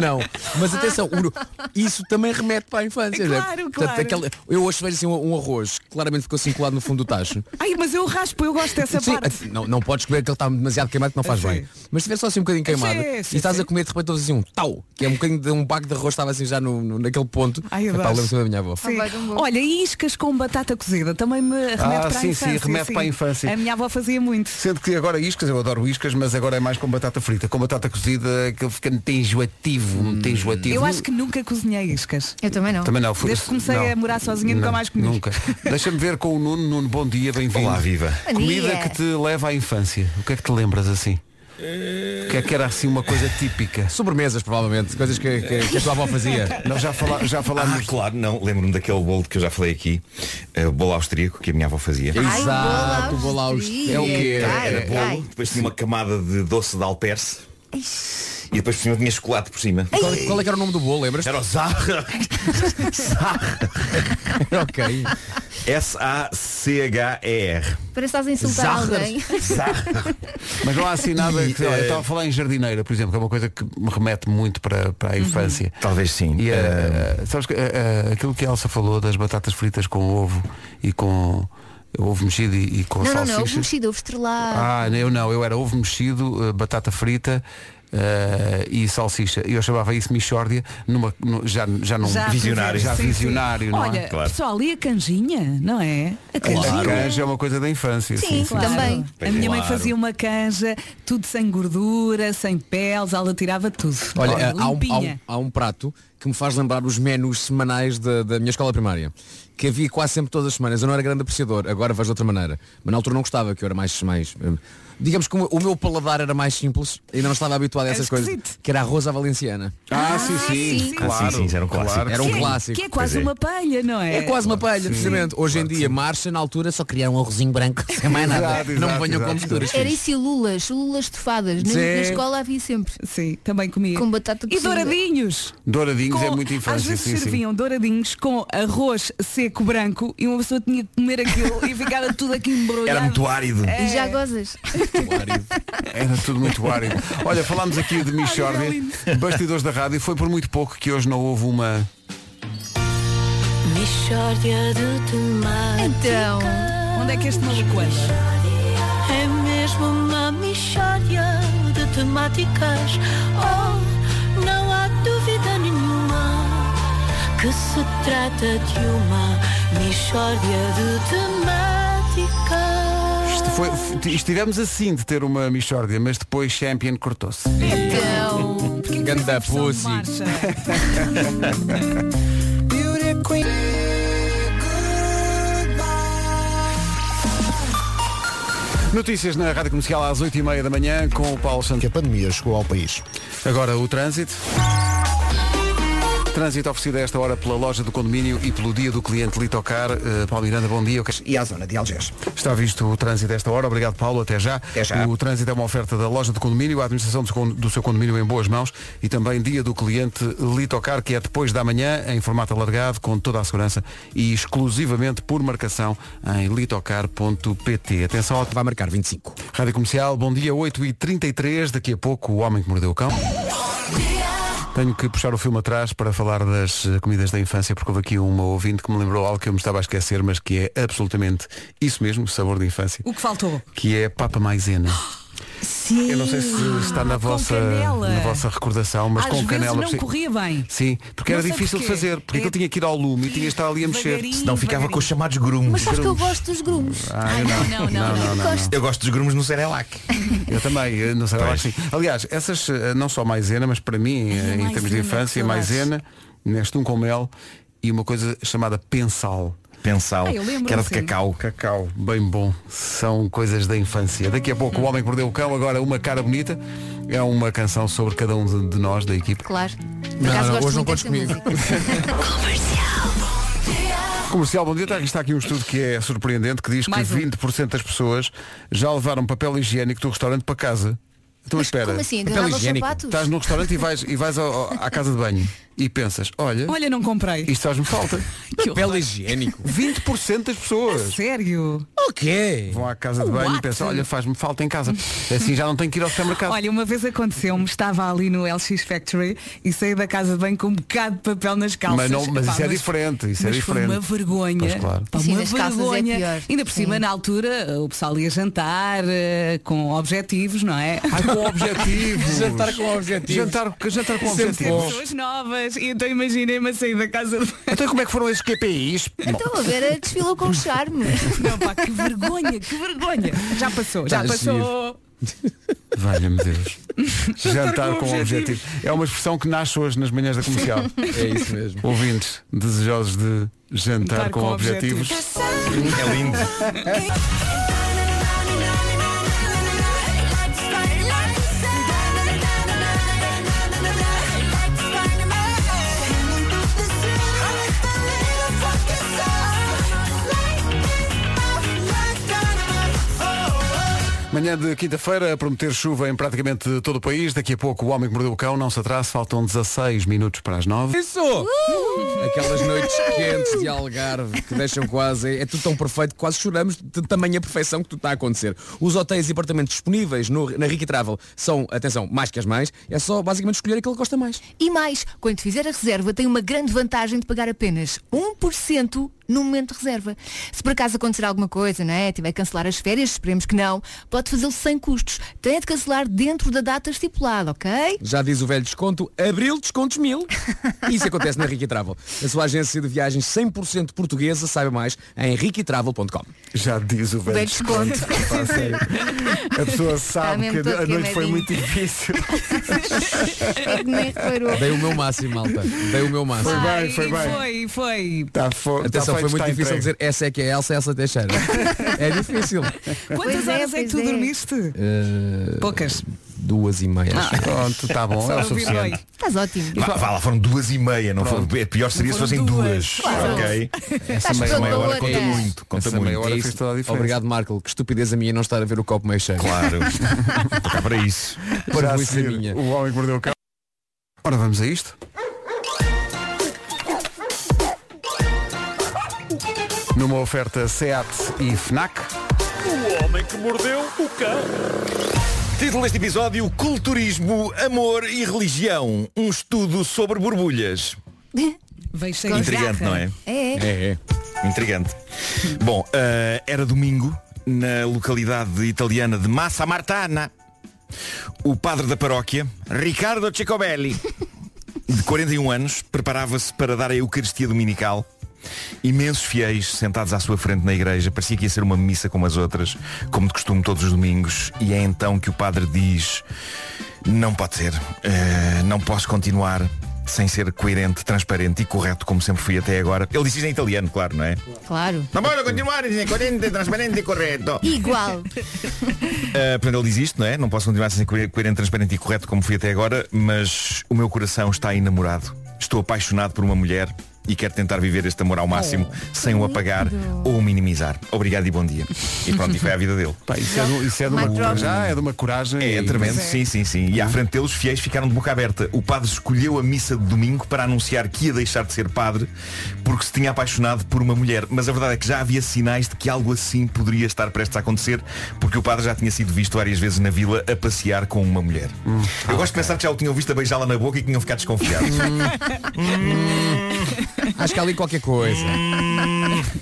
não. Mas atenção, o- isso também remete para a infância. não é?
Claro,
Portanto,
claro.
aquela- eu hoje vejo assim um, um arroz, que claramente ficou assim colado no fundo do tacho.
Ai, mas eu raspo, eu gosto dessa
Sim,
parte.
a- não, não podes comer que ele está demasiado queimado que não faz bem. Mas se tiver só assim um bocadinho queimado
Sim, sim,
e estás
sim.
a comer de repente ouves assim um tal, que é um bocadinho de um baco de arroz estava assim já no, no- naquele ponto.
Ai, eu
Epá,
gosto.
lembro-me da minha avó.
Sim. Olha, iscas com batata cozida também me remete
Ah,
para
sim,
a
sim,
infância.
remete para a infância.
A minha avó fazia muito.
Sendo que agora iscas, eu adoro iscas, mas agora é mais com batata frita. Com batata cozida, aquilo fica muito
Hum.
enjoativo, muito enjoativo.
Eu acho que nunca cozinhei iscas.
Eu também não.
Também não. foi-
Desde que comecei
não.
a morar sozinha nunca
Não,
mais comi.
Nunca. Deixa-me ver com o Nuno. Nuno, bom dia, bem-vindo. Olá, viva.
Bom
Comida
dia.
que te leva à infância. O que é que te lembras assim?
Eh,
O que é que era assim uma coisa típica?
Sobremesas, provavelmente. Coisas que, que- que a tua avó fazia.
Nós já, fala,
Ah,
já
falámos. Ah, claro, não. Lembro-me daquele bolo que eu já falei aqui, eh, o bolo austríaco que a minha avó fazia.
Ai, Exato, bolo bolo austríaco.
É o quê?
Ai,
Era bolo,
ai.
depois tinha uma camada de doce de alperce. E depois por cima tinha chocolate por cima.
Qual, qual é que era o nome do bolo, lembras?
Era o Zarra.
ok.
S-A-C-H-E-R.
Parece que estás a insultar
Zarras.
alguém.
Mas não há assim nada que.
E,
olha,
eh,
estava a falar em jardineira, por exemplo, que é uma coisa que me remete muito para, para
Uhum.
a infância.
Talvez sim.
E, eh, sabes que eh, eh, aquilo que a Elsa falou das batatas fritas com ovo e com ovo mexido e, e com
Não, não, não,
salsichas.
ovo mexido, ovo estrelado.
Ah, eu não, eu era ovo mexido, eh, batata frita eh, e salsicha. Eu chamava isso michórdia, numa, no- já, já num
Já
Já
sim, sim.
visionário, não
Olha,
é? Claro.
pessoal, e a canjinha, não é? A canjinha.
A canja é uma coisa da infância. Sim, sim,
Claro.
sim.
A minha mãe fazia uma canja, tudo sem gordura, sem peles, ela tirava tudo.
Olha, há um, há, um,
Limpinha.
há um prato que que me faz lembrar os menus semanais da, da minha escola primária. Que havia quase sempre todas as semanas. Eu não era grande apreciador, agora vejo de outra maneira. Mas na altura não gostava, que eu era mais. mais eh, digamos que o meu- o meu paladar era mais simples, ainda não estava habituado a essas coisas. Que era arroz à valenciana.
Ah, sim, sim.
sim.
Ah, sim, sim, isso era um clássico.
Era um
que, é-
clássico.
Que é quase uma palha, não é?
É quase uma palha, precisamente. Hoje em dia, marcha, na altura, só criaram um arrozinho branco, sem mais nada.
Exato,
não
exato,
me venham com
exato,
misturas.
Era
filhos.
isso e lulas, lulas estufadas. Na,
Sim.
na escola havia sempre.
Sim, também comia.
Com batata
E
cozida.
douradinhos.
Douradinhos é
Com-
muito infância.
Às vezes
sim, sim.
serviam douradinhos com arroz seco branco e uma pessoa tinha que comer aquilo e ficava tudo aqui embrulhado. É.
Era muito árido.
E já gozas.
Era tudo muito árido. Olha, falámos aqui de
Olha,
Michordi,
lindo.
bastidores da rádio, foi por muito pouco que hoje não houve uma.
Michórdia de temáticas
Então,
onde é que este maluco anda?
É mesmo uma michórdia de temáticas Oh, não há dúvida nenhuma Que se trata de uma michórdia de temáticas
Isto foi, f- estivemos assim de ter uma Michordia, mas depois Champion cortou-se.
Então,
é
Ganda pussy.
Notícias na Rádio Comercial às 8h30 da manhã com o Paulo Santos. Que a pandemia chegou ao país. Agora o trânsito. Trânsito oferecido a esta hora pela loja do condomínio e pelo dia do cliente Litocar. Eh, Paulo Miranda, bom dia.
E à zona de Algés.
Está visto o trânsito a esta hora. Obrigado, Paulo. Até já. O trânsito é uma oferta da loja do condomínio, a administração do con- do seu condomínio em boas mãos e também dia do cliente Litocar, que é depois da manhã, em formato alargado, com toda a segurança e exclusivamente por marcação em litocar.pt. Atenção ao...
Vai marcar 25.
Rádio Comercial, bom dia, 8h33. Daqui a pouco, o homem que mordeu o cão. Tenho que puxar o filme atrás para falar das eh, comidas da infância, porque houve aqui uma ouvinte que me lembrou algo que eu me estava a esquecer, mas que é absolutamente isso mesmo, sabor de infância
O que faltou?
que é Papa Maisena.
Sim.
Eu não sei se está na
Com
vossa,
canela.
na vossa recordação, mas
Às
com
vezes
canela.
não
sim.
corria bem.
Sim, porque
Não
era
sei
difícil de
porquê.
fazer, porque
É-
ele tinha que ir ao lume e tinha que estar ali a mexer.
Devagarinho,
Senão ficava com os chamados grumos.
Mas sabes que eu gosto dos grumos.
Ah, eu não.
não, não, não, não. Gosto.
Eu gosto dos grumos no Cerelac.
Eu também, eh, não sei, eu acho que sim. Aliás, essas, eh, não só Maisena, mas para mim, eh, em termos de
maisena,
infância,
que saudades.
Maisena, Nestum um com mel e uma coisa chamada pensal.
Pensal, Ah, eu lembro, que era de sim. cacau.
Cacau, bem bom. São coisas da infância. Daqui a pouco, O Homem que Mordeu o Cão, agora Uma Cara Bonita, é uma canção sobre cada um de- de nós, da equipe.
Claro. Por
Não,
acaso
não,
gosto
hoje não
muito desta
contes
música.
Comercial, bom dia. Está- Está aqui um estudo que é surpreendente que diz
Mais
que
um.
20% das pessoas já levaram papel higiênico do restaurante para casa. Então espera.
como assim? Agarrava os sapatos?
Estás no restaurante e vais, e vais ao- ao- à casa de banho e pensas, olha,
Olha, não comprei.
isto faz-me falta.
papel higiênico.
20% das pessoas.
sério?
Ok.
Vão à casa de banho e
What?
pensam, olha, faz-me falta em casa. Assim já não tenho que ir ao supermercado.
Olha, uma vez aconteceu-me, estava ali no LX Factory e saí da casa de banho com um bocado de papel nas calças.
Mas não- mas
Epá,
isso é diferente, isso é
mas Foi
diferente.
uma vergonha.
Pois claro.
Pá,
Sim,
uma
nas calças é
vergonha.
pior.
Ainda por cima,
Sim.
na altura, o pessoal ia jantar eh, com objetivos, não é?
Ai, com objetivos. Jantar com objetivos. Jantar- jantar com
Sempre
objetivos.
Pessoas novas. E então imaginei-me a sair da casa de banho.
Então como é que foram esses KPIs?
Então a Vera desfilou com charme.
Não, pá, que vergonha, que vergonha. Já passou, já
Tá
passou.
Valha-me Deus. Jantar com,
com
objetivo.
objetivo.
É uma expressão que nasce hoje nas manhãs da comercial.
É isso mesmo.
Ouvintes desejosos de jantar
Jantar
com,
com
objetivos.
É lindo.
Manhã de quinta-feira a prometer chuva em praticamente todo o país. Daqui a pouco o homem que mordeu o cão não se atrasa. Faltam 16 minutos para as 9.
Isso!
Uh!
Aquelas noites quentes de Algarve que deixam quase. É tudo tão perfeito que quase choramos de tamanha perfeição que tudo está a acontecer. Os hotéis e apartamentos disponíveis no- na Rica Travel são, atenção, mais que as mais. É só basicamente escolher aquele que gosta mais.
E mais, quando fizer a reserva tem uma grande vantagem de pagar apenas 1% no momento de reserva. Se por acaso acontecer alguma coisa, não é? Tiver que cancelar as férias, esperemos que não, pode fazê-lo sem custos. Tem de cancelar dentro da data estipulada, ok?
Já diz o velho desconto, abril descontos mil. Isso acontece na Ricky Travel. A sua agência de viagens 100% portuguesa, saiba mais em riquitravel.com.
Já diz o
Velho desconto. desconto. Pá, sério.
A pessoa
Está
sabe
mesmo
que a- a
todo
noite foi
queimadinho.
muito difícil.
É que nem reparou.
Dei um- o meu máximo, malta. Dei o meu máximo.
Foi bem, foi bem.
Foi, foi.
Tá fo- tá
Atenção,
feito,
foi muito
está
difícil
entregue.
dizer essa é que é Elsa, essa Teixeira. é difícil.
Quantas
Pois é,
horas é que
pois
tu
é.
dormiste?
Eh,
Poucas.
Duas e meia. acho.
Pronto, tá bom, é o suficiente.
Estás ótimo.
Vá, Ah, vá lá, foram duas e meia, não foi, É pior seria se fossem duas.
Claro.
Ok?
Essa Estás meia toda hora louca.
É.
conta muito,
conta
Essa
muito.
meia hora
É
fez
isso.
toda a diferença. Obrigado, Marco. Que estupidez a minha não estar a ver o copo meio cheio.
Claro. Estou cá para Uh. isso.
Já a
Para isso a
seguir,
minha.
o homem que mordeu o cão. Ora, vamos a isto? Numa oferta SEAT e FNAC.
O homem que mordeu o cão.
Título deste episódio, Culturismo, Amor e Religião. Um estudo sobre borbulhas.
Veio cheio de
Intrigante,
garra.
não é?
É.
É, é. Intrigante. Bom, eh, era domingo, na localidade italiana de Massa Martana. O padre da paróquia, Ricardo Cicobelli, de 41 anos, preparava-se para dar a Eucaristia Dominical. Imensos fiéis sentados à sua frente na igreja, parecia que ia ser uma missa como as outras, como de costume todos os domingos, e é então que o padre diz: Não pode ser, Eh, não posso continuar sem ser coerente, transparente e correto como sempre fui até agora. Ele disse isso em italiano, claro, não é?
Claro.
Não pode continuar sem coerente, transparente e correto.
Igual.
Uh, portanto, ele diz isto, não é? Não posso continuar sem ser coer- coerente, transparente e correto como fui até agora, mas o meu coração está enamorado. Estou apaixonado por uma mulher e quero tentar viver este amor ao
Oh,
máximo sem o apagar ou o minimizar. Obrigado e bom dia. E pronto, e foi a vida dele.
Isso é, de, isso é de uma
Uma troca.
coragem. é de uma coragem.
É tremendo,
Mas é.
sim, sim, sim.
Uhum.
E à frente deles, os fiéis ficaram de boca aberta. O padre escolheu a missa de domingo para anunciar que ia deixar de ser padre porque se tinha apaixonado por uma mulher. Mas a verdade é que já havia sinais de que algo assim poderia estar prestes a acontecer porque o padre já tinha sido visto várias vezes na vila a passear com uma mulher. Eu gosto de pensar que já o tinham visto a beijá-la na boca e que tinham ficado desconfiados.
Acho que há ali qualquer coisa.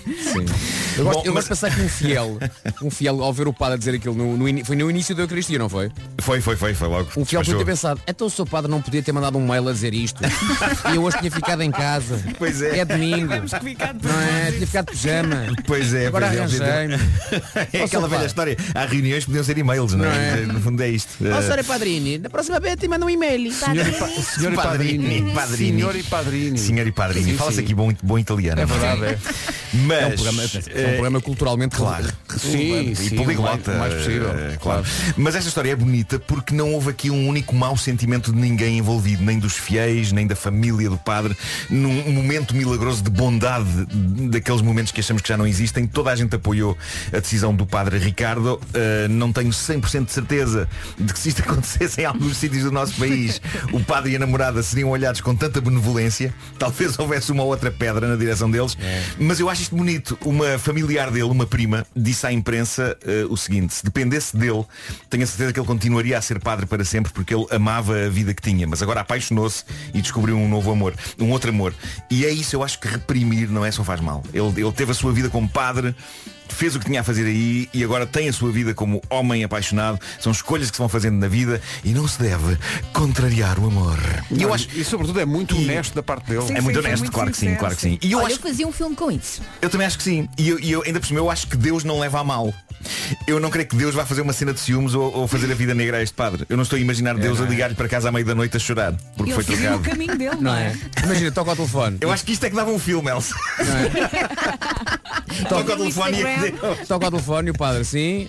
Sim. Eu gosto,
Bom,
eu
mas-
gosto de pensar que um fiel, um fiel ao ver o padre dizer aquilo no, no ini- foi no início da Eucaristia, não foi?
foi, foi, foi, foi logo.
Um fiel podia ter
Despachou.
pensado, então o seu padre não podia ter mandado um mail a dizer isto. e eu hoje tinha ficado em casa.
Pois é.
É domingo. Não é? Tinha ficado de pijama.
Pois é,
Agora um
pois é, pois é.
arranjei-me.
É
Ó,
aquela
senhor
velha
padre.
história. Há reuniões que podiam ser e-mails, não, é? No fundo é isto.
Ó,
Eh,
senhora Padrini, da próxima vez te manda um e-mail.
Senhor e, pa senhor e padrini.
Padrini.
Senhor e padrini.
Senhor e padrini.
Sim, sim.
Fala-se aqui bom, bom italiano.
É
não
verdade, é.
Mas,
É um programa, é um
eh,
programa culturalmente
Claro.
relevante.
e poliglota.
o mais- o mais possível.
eh, Claro. Mas esta história é bonita porque não houve aqui um único mau sentimento de ninguém envolvido, nem dos fiéis, nem da família do padre. Num momento milagroso de bondade, daqueles momentos que achamos que já não existem, toda a gente apoiou a decisão do padre Ricardo. Eh, não tenho 100% de certeza de que se isto acontecesse em alguns sítios do nosso país, o padre e a namorada seriam olhados com tanta benevolência. Talvez houvesse uma outra pedra na direção deles.
É.
Mas eu acho isto bonito. Uma familiar dele, uma prima, disse à imprensa eh, o seguinte, se dependesse dele, tenho a certeza que ele continuaria a ser padre para sempre porque ele amava a vida que tinha, mas agora apaixonou-se e descobriu um novo amor, um outro amor. E é isso, eu acho que reprimir não é só faz mal. Ele, ele teve a sua vida como padre, fez o que tinha a fazer aí e agora tem a sua vida como homem apaixonado. São escolhas que se vão fazendo na vida e não se deve contrariar o amor. E eu acho...
E sobretudo é muito honesto da parte dele.
é muito honesto, claro que sim, claro que sim. E eu
Olha,
acho
eu fazia um filme com isso.
eu também acho que sim. E eu, e eu, ainda por cima, eu acho que Deus não leva a mal. Eu não creio que Deus vá fazer uma cena de ciúmes ou, ou fazer a vida negra a este padre. Eu não estou a imaginar Deus a ligar-lhe para casa à meia da noite a chorar porque foi
Ele
um
seguiu o
trocado.
caminho dele,
Não é? Imagina, toca ao telefone.
Eu acho que isto é que dava um filme, Elsa. Toca o telefone e
Instagram.
Toca ao telefone e o padre assim.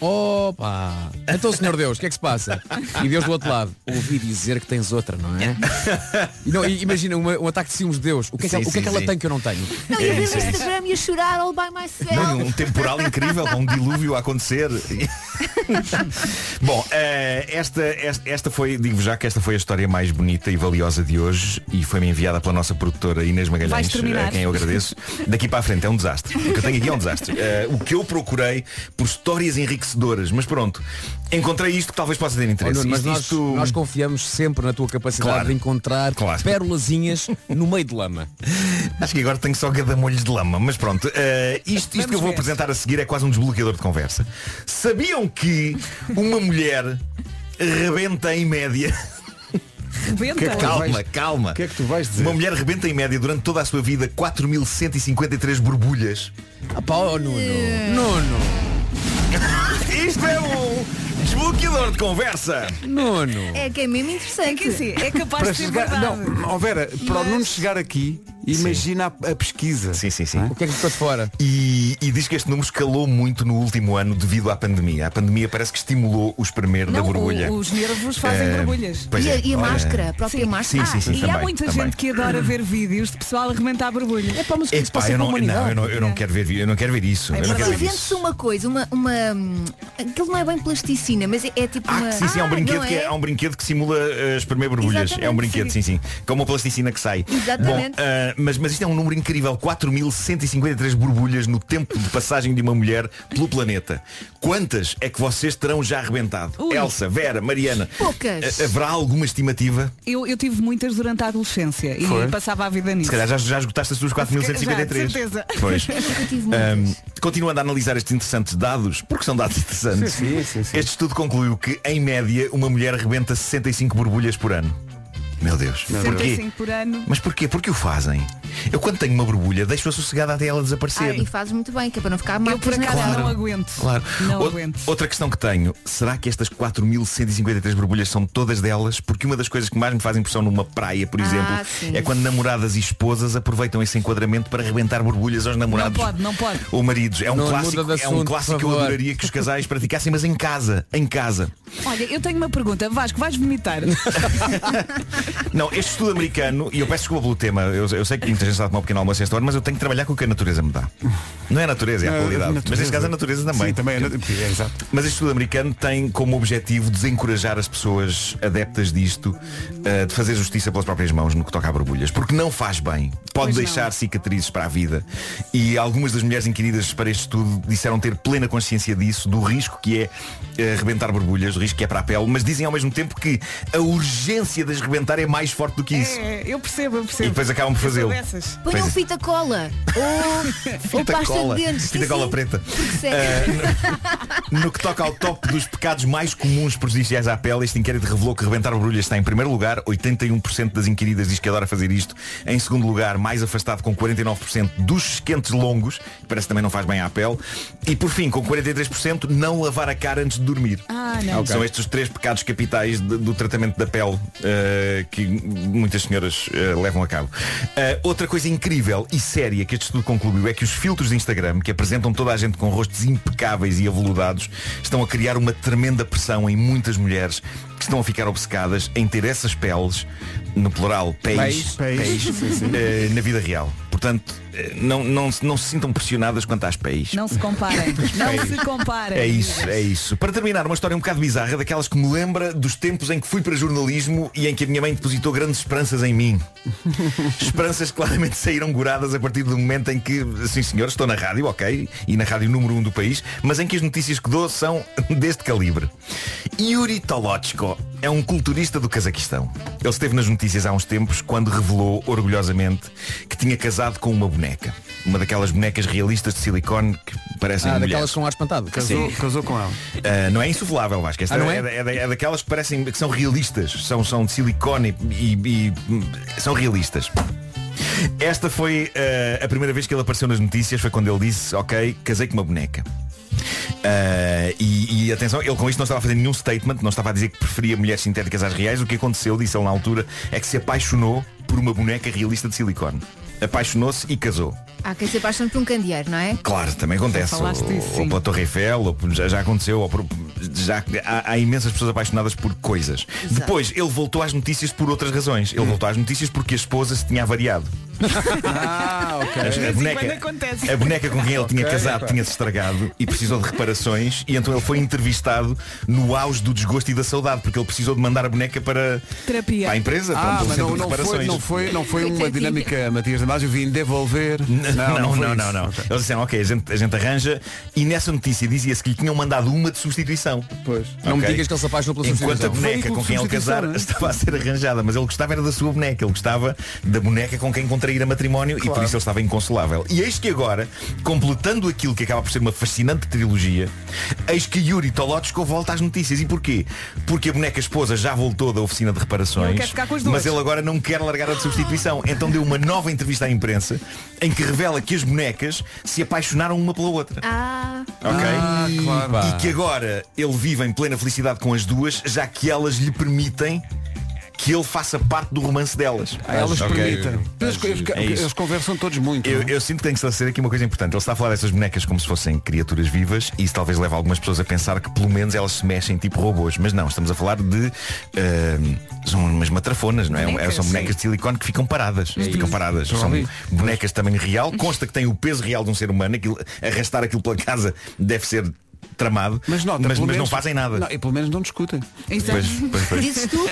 Opa! Então, senhor Deus, o que é que se passa? E Deus do outro lado, ouvi dizer que tens outra, não é? E não, e imagina uma- um ataque de ciúmes de Deus. O que é que,
Sim,
o que, é
sim,
que ela
sim.
tem que eu não tenho?
Não, e
É
eu vi
isso,
no
é isso.
Instagram e a chorar all by myself.
Não, um temporal incrível, um dilúvio a acontecer. Bom, eh, esta, esta, esta foi, digo-vos já que esta foi a história mais bonita e valiosa de hoje e foi-me enviada pela nossa produtora Inês
Vais
Magalhães,
terminar.
a quem eu agradeço. Daqui para a frente é um desastre. O que eu tenho aqui é um desastre. Eh, o que eu procurei por histórias enriquecedoras, mas pronto, encontrei isto que talvez possa ter
Oh,
interesse.
Nuno, mas
Isto-
nós,
isto-
nós confiamos sempre na tua capacidade
Claro.
de encontrar pérolazinhas no meio de lama.
Acho que agora tenho só gadamolhos de lama, mas pronto. eh, isto isto que eu vou apresentar a seguir é quase um desbloqueador de conversa. Sabiam que uma mulher rebenta em média.
Rebenta?
é
calma, calma. que é que tu vais dizer? Uma mulher rebenta em média durante toda a sua vida 4.153 borbulhas. Ah, pá, Nuno. Nuno. Isto é um desbloqueador de conversa.
Nuno.
É que é mesmo interessante. É que
sim, é capaz
Para chegar, não, oh Vera, para o Nuno chegar aqui, imagina a, a pesquisa.
Sim, sim, sim.
O
que é que ficou de fora?
E, e diz que este número escalou muito no último ano devido à pandemia. A pandemia parece que estimulou o espremer da
Não,
borbulha.
o- os nervos fazem
Eh,
borbulhas.
pois
E a-
é,
e a
olha,
máscara, a própria máscara. Ah,
Sim, sim, sim,
e há
também,
muita
também.
gente que adora ver vídeos de pessoal a rebentar borbulhas. É para mas
Epá, eu não, não, eu não, eu não quero ver, eu não quero ver isso. eu não quero ver isso.
Invente-se uma coisa, uma, uma. hum, Aquilo não é bem plasticina, mas é, é tipo uma.
Sim, sim, é um
Ah,
brinquedo
não
que é, é um brinquedo que simula uh, espremer borbulhas. É um
Exatamente,
brinquedo,
sim.
sim, sim. Com uma plasticina que sai.
Exatamente.
Bom, uh, mas, mas isto é um número incrível. 4.153 borbulhas no tempo de passagem de uma mulher pelo planeta. Quantas é que vocês terão já arrebentado?
Ui.
Elsa, Vera, Mariana.
Poucas.
Uh, haverá alguma estimativa?
Eu, eu tive muitas durante a adolescência
Foi?
e passava a vida
Se
nisso.
calhar já, já esgotaste as tuas 4.153.
Já, de certeza.
Pois.
Eu nunca tive
Ahm, continuando a analisar estes interessantes dados, porque são dados interessantes,
Sim, sim, sim, sim.
este estudo concluiu que, em média, uma mulher rebenta 65 borbulhas por ano. Meu Deus. Porquê?
65 por ano.
Mas porquê? Porque o fazem. Eu quando tenho uma borbulha, deixo-a sossegada até ela
Ah,
desaparecer.
e fazes muito bem, que é para não ficar mal.
Eu por acaso
Claro.
não aguento.
Claro.
Não
Ou-
aguento.
Outra questão que tenho, será que estas 4.153 borbulhas são todas delas? Porque uma das coisas que mais me fazem impressão numa praia, por
Ah,
exemplo,
sim.
é quando namoradas e esposas aproveitam esse enquadramento para arrebentar borbulhas aos
Não
namorados.
pode, não pode.
Ou maridos. É um
Não, muda
clássico,
de
é um
assunto,
clássico
por
que eu
favor.
adoraria que os casais praticassem, mas em casa. Em casa.
Olha, eu tenho uma pergunta. Vasco, vais vomitar?
Não, este estudo americano, e eu peço desculpa pelo tema, eu, eu sei que muita gente está a tomar um pequeno almoço a esta hora, mas eu tenho que trabalhar com o que a natureza me dá. Não é a natureza, é a
É,
qualidade.
natureza.
Mas neste caso a natureza também.
Sim, também é natu- é, exato.
Mas este estudo americano tem como objetivo desencorajar as pessoas adeptas disto eh, de fazer justiça pelas próprias mãos no que toca a borbulhas, porque não faz bem. Pode
Pois
deixar
não.
cicatrizes para a vida. E algumas das mulheres inquiridas para este estudo disseram ter plena consciência disso, do risco que é eh, rebentar borbulhas, do risco que é para a pele, mas dizem ao mesmo tempo que a urgência de as rebentar é mais forte do que isso.
É, eu percebo, eu
E
percebo.
depois acabam por
Eu sou
fazê-lo. Oh.
dessas.
Põe um
Pois é.
fita cola. Ou, ou
Fita
pasta
cola,
de dentes.
fita
Sim,
cola
sim.
preta.
Porque é- seca.
Eh, É, No que toca ao top dos pecados mais comuns prejudiciais à pele, este inquérito revelou que rebentar borbulhas está em primeiro lugar, 81% das inquiridas diz que adora fazer isto. Em segundo lugar, mais afastado com 49% dos esquentes longos, que parece que também não faz bem à pele. E por fim, com 43%, não lavar a cara antes de dormir.
Ah, não.
São estes os três pecados capitais de- do tratamento da pele eh, que muitas senhoras eh, levam a cabo. Eh, outra coisa incrível e séria que este estudo concluiu é que os filtros de Instagram, que apresentam toda a gente com rostos impecáveis e aveludados, estão a criar uma tremenda pressão em muitas mulheres que estão a ficar obcecadas em ter essas peles, no plural,
Pés,
pés,
pés. Sim, sim.
eh, na vida real. Portanto, eh, não, não, se- não se sintam pressionadas quanto às pés.
Não se comparem. Não
Pois.
se comparem.
É isso, é isso. Para terminar, uma história um bocado bizarra, daquelas que me lembra dos tempos em que fui para jornalismo e em que a minha mãe depositou grandes esperanças em mim. esperanças que claramente saíram goradas a partir do momento em que, sim senhor, estou na rádio, ok, e na rádio número um do país, mas em que as notícias que dou são deste calibre. Yuri Tolochko é um culturista do Cazaquistão. Ele esteve nas notícias há uns tempos quando revelou orgulhosamente que tinha casado com uma boneca. Uma daquelas bonecas realistas de silicone que parecem
Ah,
mulheres.
daquelas com ar espantado.
Casou-
com ela.
não é insuflável, Vasco. Esta
Ah, não
é?
é?
da- é da- é daquelas que parecem que são realistas. São, são de silicone e, e- e- são realistas. Esta foi eh, a primeira vez que ele apareceu nas notícias, foi quando ele disse, ok, casei com uma boneca. Eh, e, e atenção, ele com isto não estava a fazer nenhum statement, não estava a dizer que preferia mulheres sintéticas às reais. O que aconteceu, disse ele na altura, é que se apaixonou por uma boneca realista de silicone. Apaixonou-se e casou.
Há quem se apaixone por um candeeiro, não é?
Claro, também acontece. Ou,
Falaste disso,
ou
assim.
sim.
pela Torre Eiffel, ou por- já, já aconteceu, ou por- já, há, há imensas pessoas apaixonadas por
Hum.
coisas. Depois, ele voltou às notícias por outras razões. Ele voltou às notícias porque a esposa se tinha avariado.
Ah, ok.
A- A, boneca, a boneca com quem ele tinha
Ok,
casado
pá.
tinha-se estragado e precisou de reparações e então ele foi entrevistado no auge do desgosto e da saudade, porque ele precisou de mandar a boneca para,
Terapia.
para a empresa, para
Ah,
um
mas
centro
não,
de
não foi,
reparações.
não, foi, não foi uma
Coitadinho.
dinâmica, Matias Damasio, vim devolver.
Não, não,
foi
não, não,
isso.
não. Eles disseram, ok, a gente, a gente arranja e nessa notícia dizia-se que lhe tinham mandado uma de substituição.
Pois.
Não me digas que ele se apaixonou pela
Enquanto a
substituição.
boneca
Veículo
com
de
quem ele
substituição,
casar
não é?
estava a ser arranjada, mas ele gostava era da sua boneca, ele gostava da boneca com quem contraíra matrimónio e por isso ele estava inconsolável. E eis que agora, completando aquilo que acaba por ser uma fascinante trilogia, eis que Yuri Tolotsko volta às notícias. E porquê? Porque a boneca esposa já voltou da oficina de reparações,
Ele quer ficar com as duas.
mas ele agora não quer largar a de substituição. Então deu uma nova entrevista à imprensa em que revela que as bonecas se apaixonaram uma pela outra.
Ah.
Ok?
claro.
E que agora ele vive em plena felicidade com as duas, já que elas lhe permitem que ele faça parte do romance delas.
Ah, elas
Ok?
permitem. Eles-
É
eles-
isso.
eles conversam todos muito. é?
Eu, eu sinto que tenho que esclarecer aqui uma coisa importante. Ele está a falar dessas bonecas como se fossem criaturas vivas e isso talvez leve algumas pessoas a pensar que pelo menos elas se mexem tipo robôs. Mas não, estamos a falar de. ah, são umas matrafonas, não é?
Bonecas,
são bonecas de silicone que ficam paradas.
É
ficam
isso.
paradas.
Já
São
vi.
bonecas de tamanho real. Consta que têm o peso real de um ser humano. Aquilo- arrastar aquilo pela casa deve ser tramado. Mas,
Nota,
mas,
pelo
não
menos-
fazem nada.
Não, e pelo menos não discutem.
Então,
Pois, pois, pois.
Dizes tu?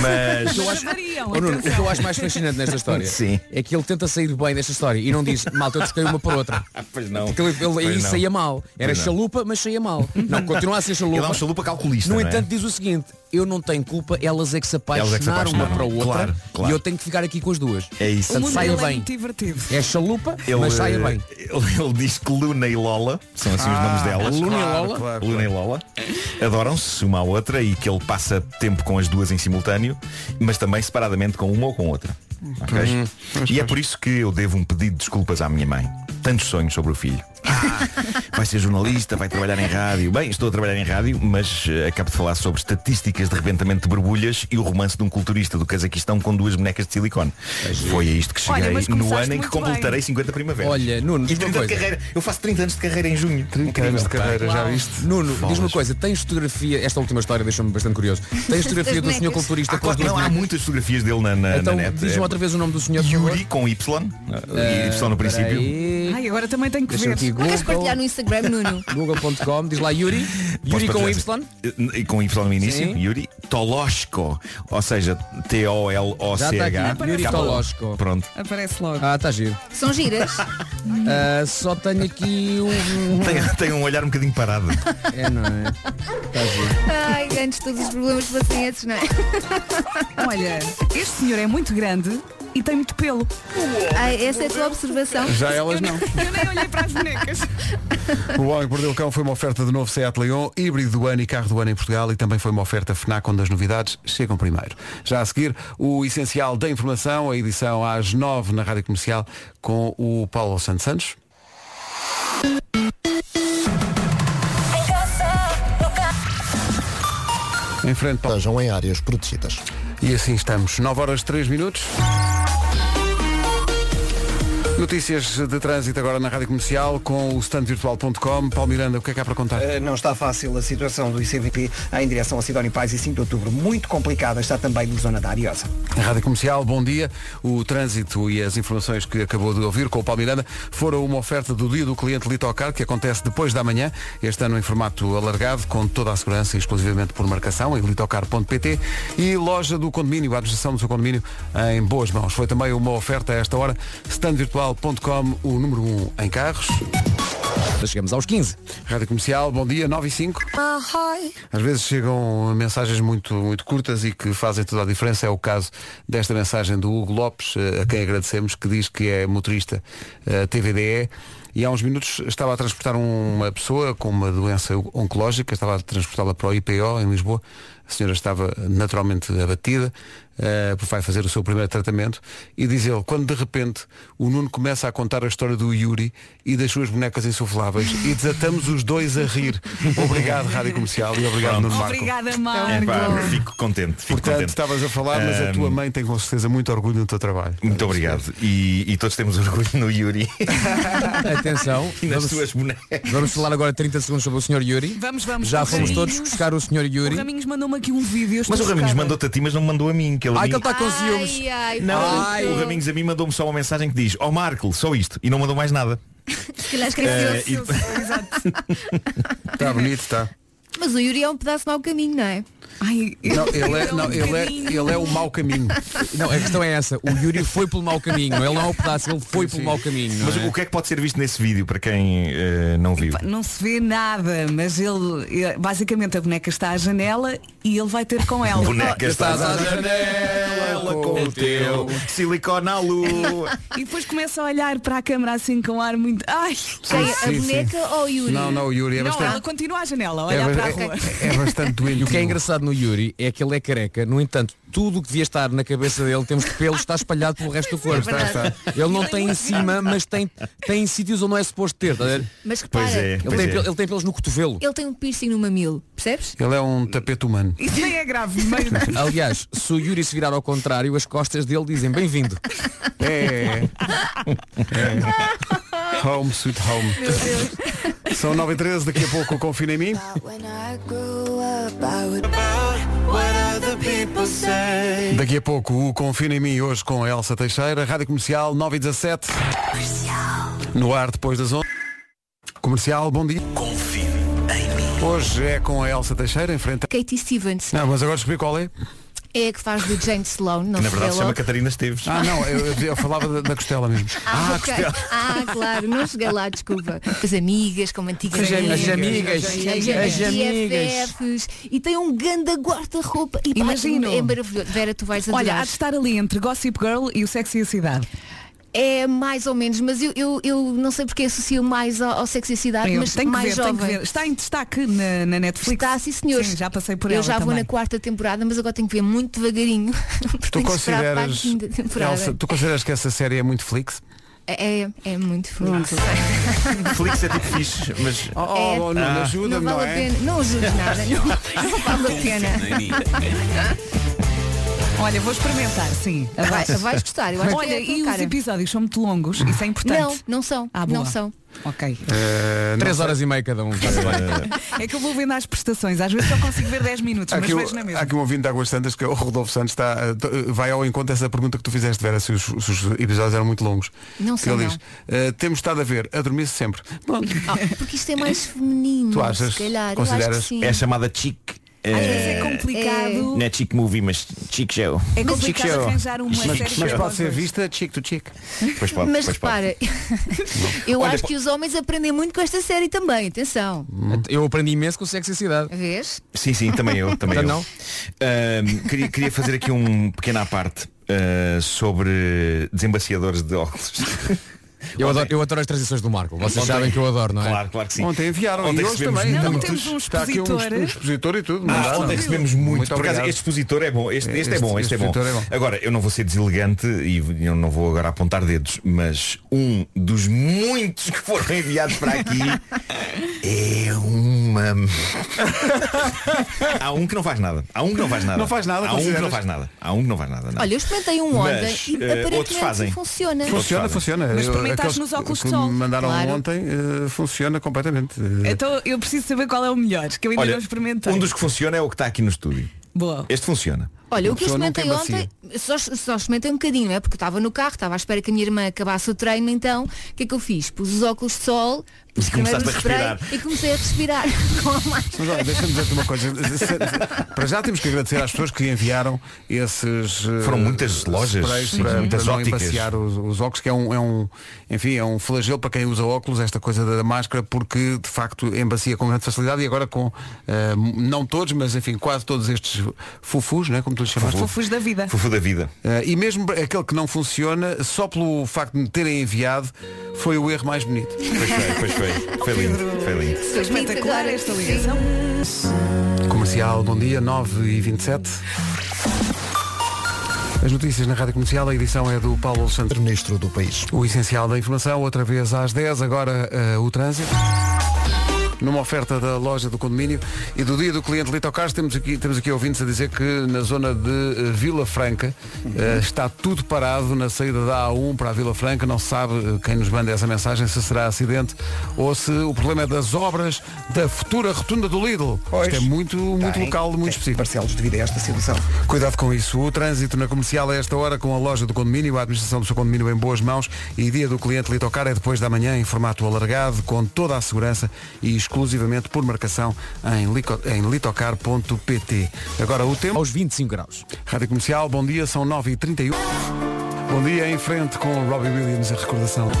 Mas-
é
Eu acho-
Variam,
Oh, Nuno, o que eu
atenção.
acho mais fascinante nesta história
Sim.
é que ele tenta sair bem desta história e não diz, malta, eu descei uma por outra.
Ah, Pois não.
Porque ele, ele
Pois
aí
não.
saía mal. Era
Pois não.
chalupa, mas saía mal. Não, continua a ser chalupa.
Ele é um chalupa calculista,
No
não é?
entanto, diz o seguinte, eu não tenho culpa, elas é que se apaixonaram,
Elas é que se apaixonaram.
uma para a outra
Claro, claro.
e eu tenho que ficar aqui com as duas.
É isso.
Portanto, saia
dele é
bem.
muito divertido.
É chalupa,
Ele,
mas saia
eh,
bem.
Ele, ele diz que Luna e Lola São assim
Ah,
os nomes delas
Luna e Lola?
Claro, Luna e Lola Adoram-se uma à outra E que ele passa tempo com as duas em simultâneo Mas também separadamente com uma ou com outra Ok? E é por isso que eu devo um pedido de desculpas à minha mãe Tantos sonhos sobre o filho Ah, Vai ser jornalista, vai trabalhar em rádio Bem, estou a trabalhar em rádio Mas eh, acabo de falar sobre estatísticas de rebentamento de borbulhas E o romance de um culturista do Cazaquistão Com duas bonecas de silicone Foi a isto que
Olha,
cheguei
mas
no
começaste
ano em que
muito bem.
completarei 50 primaveras
Olha, Nuno,
e
diz uma
30 é de
coisa.
carreira. Eu faço 30 anos de carreira em junho. 30
Incrível.
anos de carreira, já
Uau.
viste?
Nuno,
Bolas.
diz uma coisa, tens fotografia, esta última história deixou-me bastante curioso. Tens fotografia
Das
do senhor
bonecas.
culturista
Ah,
com as
claro,
duas
não, há
bonecas?
muitas fotografias dele na, na,
Então,
na net. é.
diz-me outra vez o nome do senhor.
Yuri com Y. eh, y no princípio.
Ai, agora também tenho que
Deixa-me
ver.
aqui
Não queres partilhar no Instagram, Nuno?
Google.com, diz lá Yuri.
Posso
Yuri com
partilhar,
Y.
sim. Eh, Com Y no início,
Sim.
Yuri Tolosco. Ou seja,
Já está
T-O-L-O-C-H.
aqui, Yuri
Capa-
Tolosco.
Pronto.
Aparece logo.
Ah, está giro.
São giras?
Ah, só tenho aqui um.
Tem, tem um olhar um bocadinho parado.
É, não é? Está giro.
Ai, antes todos os problemas fossem esses, não é?
Então, Olha, este senhor é muito grande e tem muito pelo.
Ai, essa é a tua observação.
Já elas não.
Eu nem olhei para as bonecas.
O Homem que Mordeu o Cão foi uma oferta de novo Seat Leon, híbrido do ano e carro do ano em Portugal e também foi uma oferta FNAC onde as novidades chegam primeiro. Já a seguir, o essencial da informação, a edição às 9 na Rádio Comercial com o Paulo Santos Santos. Em frente, Paulo.
Estejam em áreas protegidas.
E assim estamos. 9 horas 3 minutos. Notícias de trânsito agora na Rádio Comercial com o standvirtual.com. Paulo Miranda, o que é que há para contar?
Eh, Não está fácil a situação do ICVP em direção a Sidónio Pais e 5 de Outubro. Muito complicada está também no Zona da Ariosa.
Na Rádio Comercial, bom dia. O trânsito e as informações que acabou de ouvir com o Paulo Miranda foram uma oferta do Dia do Cliente Litocar, que acontece depois da manhã, este ano em formato alargado, com toda a segurança e exclusivamente por marcação, em litocar.pt e loja do condomínio, a administração do seu condomínio, em boas mãos. Foi também uma oferta a esta hora, standvirtual.com, o número 1 em carros.
Chegamos aos 15.
Rádio Comercial, bom dia, 9 e 5. Às vezes chegam mensagens muito, muito curtas e que fazem toda a diferença. É o caso desta mensagem do Hugo Lopes, eh, a quem agradecemos, que diz que é motorista eh, TVDE. E há uns minutos estava a transportar um- uma pessoa com uma doença oncológica, estava a transportá-la para o IPO em Lisboa. A senhora estava naturalmente abatida, eh, porque vai fazer o seu primeiro tratamento. E diz ele, quando de repente o Nuno começa a contar a história do Yuri e das suas bonecas insufláveis e desatamos os dois a rir. Obrigado, Rádio Comercial, e obrigado, Nuno Marco.
Obrigada, Marco.
Epá, fico contente. Fico
Portanto,
contente.
estavas a falar, mas a tua
Ahm,
mãe tem com certeza muito orgulho do teu trabalho.
Muito obrigado. E, e todos temos orgulho no Yuri.
atenção.
E nas tuas bonecas.
Vamos falar agora 30 segundos sobre o Sr. Yuri.
Vamos, vamos.
Já
O
fomos todos
Raminhos-
buscar o Sr. Yuri.
O Raminhos mandou-me aqui um vídeo. eu estou
Mas o Raminhos
chocada.
mandou-te a ti, mas não me mandou a mim. Que ele tá a
Ai,
mim-
que ele está com ciúmes.
ai,
Não,
ai.
o Raminhos a mim mandou-me só uma mensagem que diz Ó Marco, só isto. E não mandou mais nada.
Se calhar esqueceu-se.
Eh,
Está bonito, está.
Mas o Yuri é um pedaço mau caminho, não é?
Ai,
Não, ele é, não, ele é, ele é o mau caminho.
Não, a questão é essa. O Yuri foi pelo mau caminho. Ele não é o pedaço, ele foi pelo mau caminho. não
Mas
é?
o que é que pode ser visto nesse vídeo, para quem eh, não viu?
Não se vê nada, mas ele eh, basicamente a boneca está à janela e ele vai ter com ela.
Boneca estás à janela com o teu silicone à lua.
E depois começa a olhar para a câmara assim com um ar muito. Ai,
Quem, a Sim, boneca sim. ou o Yuri?
Não, não, o Yuri é
Não,
bastante- É
ela continua à janela, a olhar para a rua.
bastante doente.
E o que é engraçado no Yuri é que ele é careca, no entanto, tudo o que devia estar na cabeça dele, temos de pelos, está espalhado pelo resto do corpo.
é verdade. um
Ele não tem em cima, mas tem, tem em sítios onde não é suposto ter. está a ver?
Mas repara, Pois é,
ele,
pois
tem,
é.
pel- ele tem pelos no cotovelo.
Ele tem um piercing no mamilo, percebes?
Ele é um tapete humano.
Isso nem é grave, mas
Aliás, se o Yuri se virar ao contrário, as costas dele dizem bem-vindo.
É. Home, sweet home. São 9 e 13 daqui a pouco o confina em mim. Daqui a pouco o Confina em mim hoje com a Elsa Teixeira, Rádio Comercial 9 e 17. No ar depois das 11. Comercial, bom dia. Confina em mim. Hoje é com a Elsa Teixeira em frente.
Katie Stevens
Não, mas agora descobri qual é.
é a que faz do James Sloan, não
Na
se
verdade
vê
se chama
logo.
Catarina Esteves.
Ah, não, eu, eu- eu falava da, da costela mesmo.
Ah, ok. Ah, claro, não cheguei lá, desculpa. As amigas, como antigas
As amigas,
amigas,
as amigas,
as
as amigas.
BFFs, e tem um ganda guarda-roupa. E pá,
Imagino.
É maravilhoso. Vera, tu vais adorar.
Olha, há de estar ali entre Gossip Girl e o Sexy e a Cidade.
É mais ou menos, mas eu, eu, eu não sei porque associo mais ao, ao sexo e cidade,
Eu
Ah, mas
tenho que
mais
ver, tenho
jovem.
que ver. Está em destaque na, na Netflix. Está, sim
senhores.
já passei por
eu
ela
já vou
também.
na quarta temporada, mas agora tenho que ver muito devagarinho. porque
Tu
tenho que esperar para a
consideras,
quinta temporada.
Elsa, tu consideras que essa série é muito flix?
É, é- é muito feliz.
Flix é tipo fixe, mas.
Oh, oh, oh, Nuno,
Ah.
ajuda-me,
É. não
não,
vale a
é?
pena. Não ajudes nada. Não, não vale a pena.
Olha, vou experimentar, sim.
Vai-
Abaixo.
vais gostar, eu acho que
Olha,
é a tua
e os
cara.
episódios são muito longos, isso é importante.
Não, não são.
Ah, boa.
não são.
Ok.
Eh,
Três horas e meia cada um.
eh,
É que eu vou vendo às prestações, às vezes só consigo ver 10 minutos,
Há
mas
aqui,
vejo na
um- há
mesma.
aqui um ouvinte de Águas Santas que o Rodolfo Santos está, eh, t- eh, vai ao encontro dessa pergunta que tu fizeste, Vera, se os, se os episódios eram muito longos.
Não
Que
são,
Ele
não.
diz, eh, temos estado a ver, a dormir sempre. Pronto.
Ah, porque isto é mais feminino.
Tu achas?
Se calhar. Eu acho que
Consideras?
sim.
É chamada chic. eh,
Às vezes é complicado.
Não é chic movie, mas chic show.
É complicado
Chic show.
arranjar uma
Chic
série
show.
Mas pode ser vista chick to chick.
Pois pode,
Mas
pois pode.
repara, eu
Olha,
acho
po-
que os homens aprendem muito com esta série também, atenção.
Eu aprendi imenso com o sexo e a cidade.
Vês?
Sim, sim, também eu. Também
Então
eu.
não?
Ahm, queria, queria fazer aqui um pequeno à parte ah, sobre desembaciadores de óculos.
Eu adoro, eu adoro as transições do Marco. Vocês
Ontem-
sabem que eu adoro, não é?
Claro, claro que sim.
Ontem
enviaram,
Ontem
e hoje
recebemos
também.
muitos.
Não, temos um
Está aqui um
expositor.
expo-
expositor e tudo.
Ah,
mandaram.
ontem recebemos muito.
Muito
Por acaso,
obrigado.
este expositor é bom. Este, este é
Este-
bom,
este
este, é, bom.
expositor é bom.
Agora, eu não vou ser deselegante e eu não vou agora apontar dedos, mas um dos muitos que foram enviados para aqui é uma. Há um que não faz nada. Há um que não faz nada.
Não faz nada,
Há um que não
consideras?
faz nada. Há um que não faz nada. não.
Olha, eu experimentei um ontem
Mas,
e
eh, outros
aparentemente
fazem.
funciona.
Funciona, funciona.
Mas
Eu-
experimentaste
aqueles
nos
que-
óculos de
que
sol.
me mandaram
Claro.
ontem, eh, funciona completamente.
É.
Eh,
Então eu preciso saber qual é o melhor, que eu ainda
Olha,
não experimentei.
um dos que funciona é o que está aqui no estúdio.
Boa.
Este funciona.
Olha, o
Uma
que eu
pessoa não tem
experimentei ontem, só, só experimentei um bocadinho, não é? Porque eu estava no carro, estava à espera que a minha irmã acabasse o treino, então o que é que eu fiz? Pus os óculos de sol, pus
E
primeiro
começaste
o
a
spray
respirar.
e comecei a respirar. Com mais-
Mas olha, deixa-me dizer-te uma coisa. Para já temos que agradecer às pessoas que enviaram esses. eh,
Foram muitas lojas,
sprays
sim,
para,
muitas
para não
óticas.
embaciar os, os óculos, que é um, é um. Enfim, é um flagelo para quem usa óculos, esta coisa da máscara, porque de facto embacia com grande facilidade e agora com. eh, não todos, mas enfim, quase todos estes fufus, né, como tu lhes chamaste.
Fufus da vida.
Fufu da vida.
Eh, e mesmo aquele que não funciona, só pelo facto de me terem enviado, foi o erro mais bonito.
Pois foi, pois foi. Foi lindo, foi lindo.
Foi espetacular esta ligação.
Comercial, bom dia, 9 e 27 As notícias na Rádio Comercial, a edição é do Paulo Alexandre,
Ministro do país.
O essencial da informação, outra vez às 10, agora eh, o trânsito. numa oferta da loja do condomínio. E do dia do cliente Litocars, temos aqui, temos aqui ouvintes a dizer que na zona de eh, Vila Franca eh, está tudo parado na saída da A1 para a Vila Franca. Não se sabe eh, quem nos manda essa mensagem, se será acidente ou se o problema é das obras da futura rotunda do Lidl. Isto é muito, muito local, muito específico.
Parcelos devido a esta situação.
Cuidado com isso. O trânsito na comercial a esta hora com a loja do condomínio, a administração do seu condomínio em boas mãos e dia do cliente Litocar é depois da manhã em formato alargado, com toda a segurança e exclusivamente por marcação em, lico- em litocar.pt. Agora o tempo. Aos
25 graus.
Rádio Comercial, bom dia, são 9h31. Bom dia em frente com o Robbie Williams, a recordação.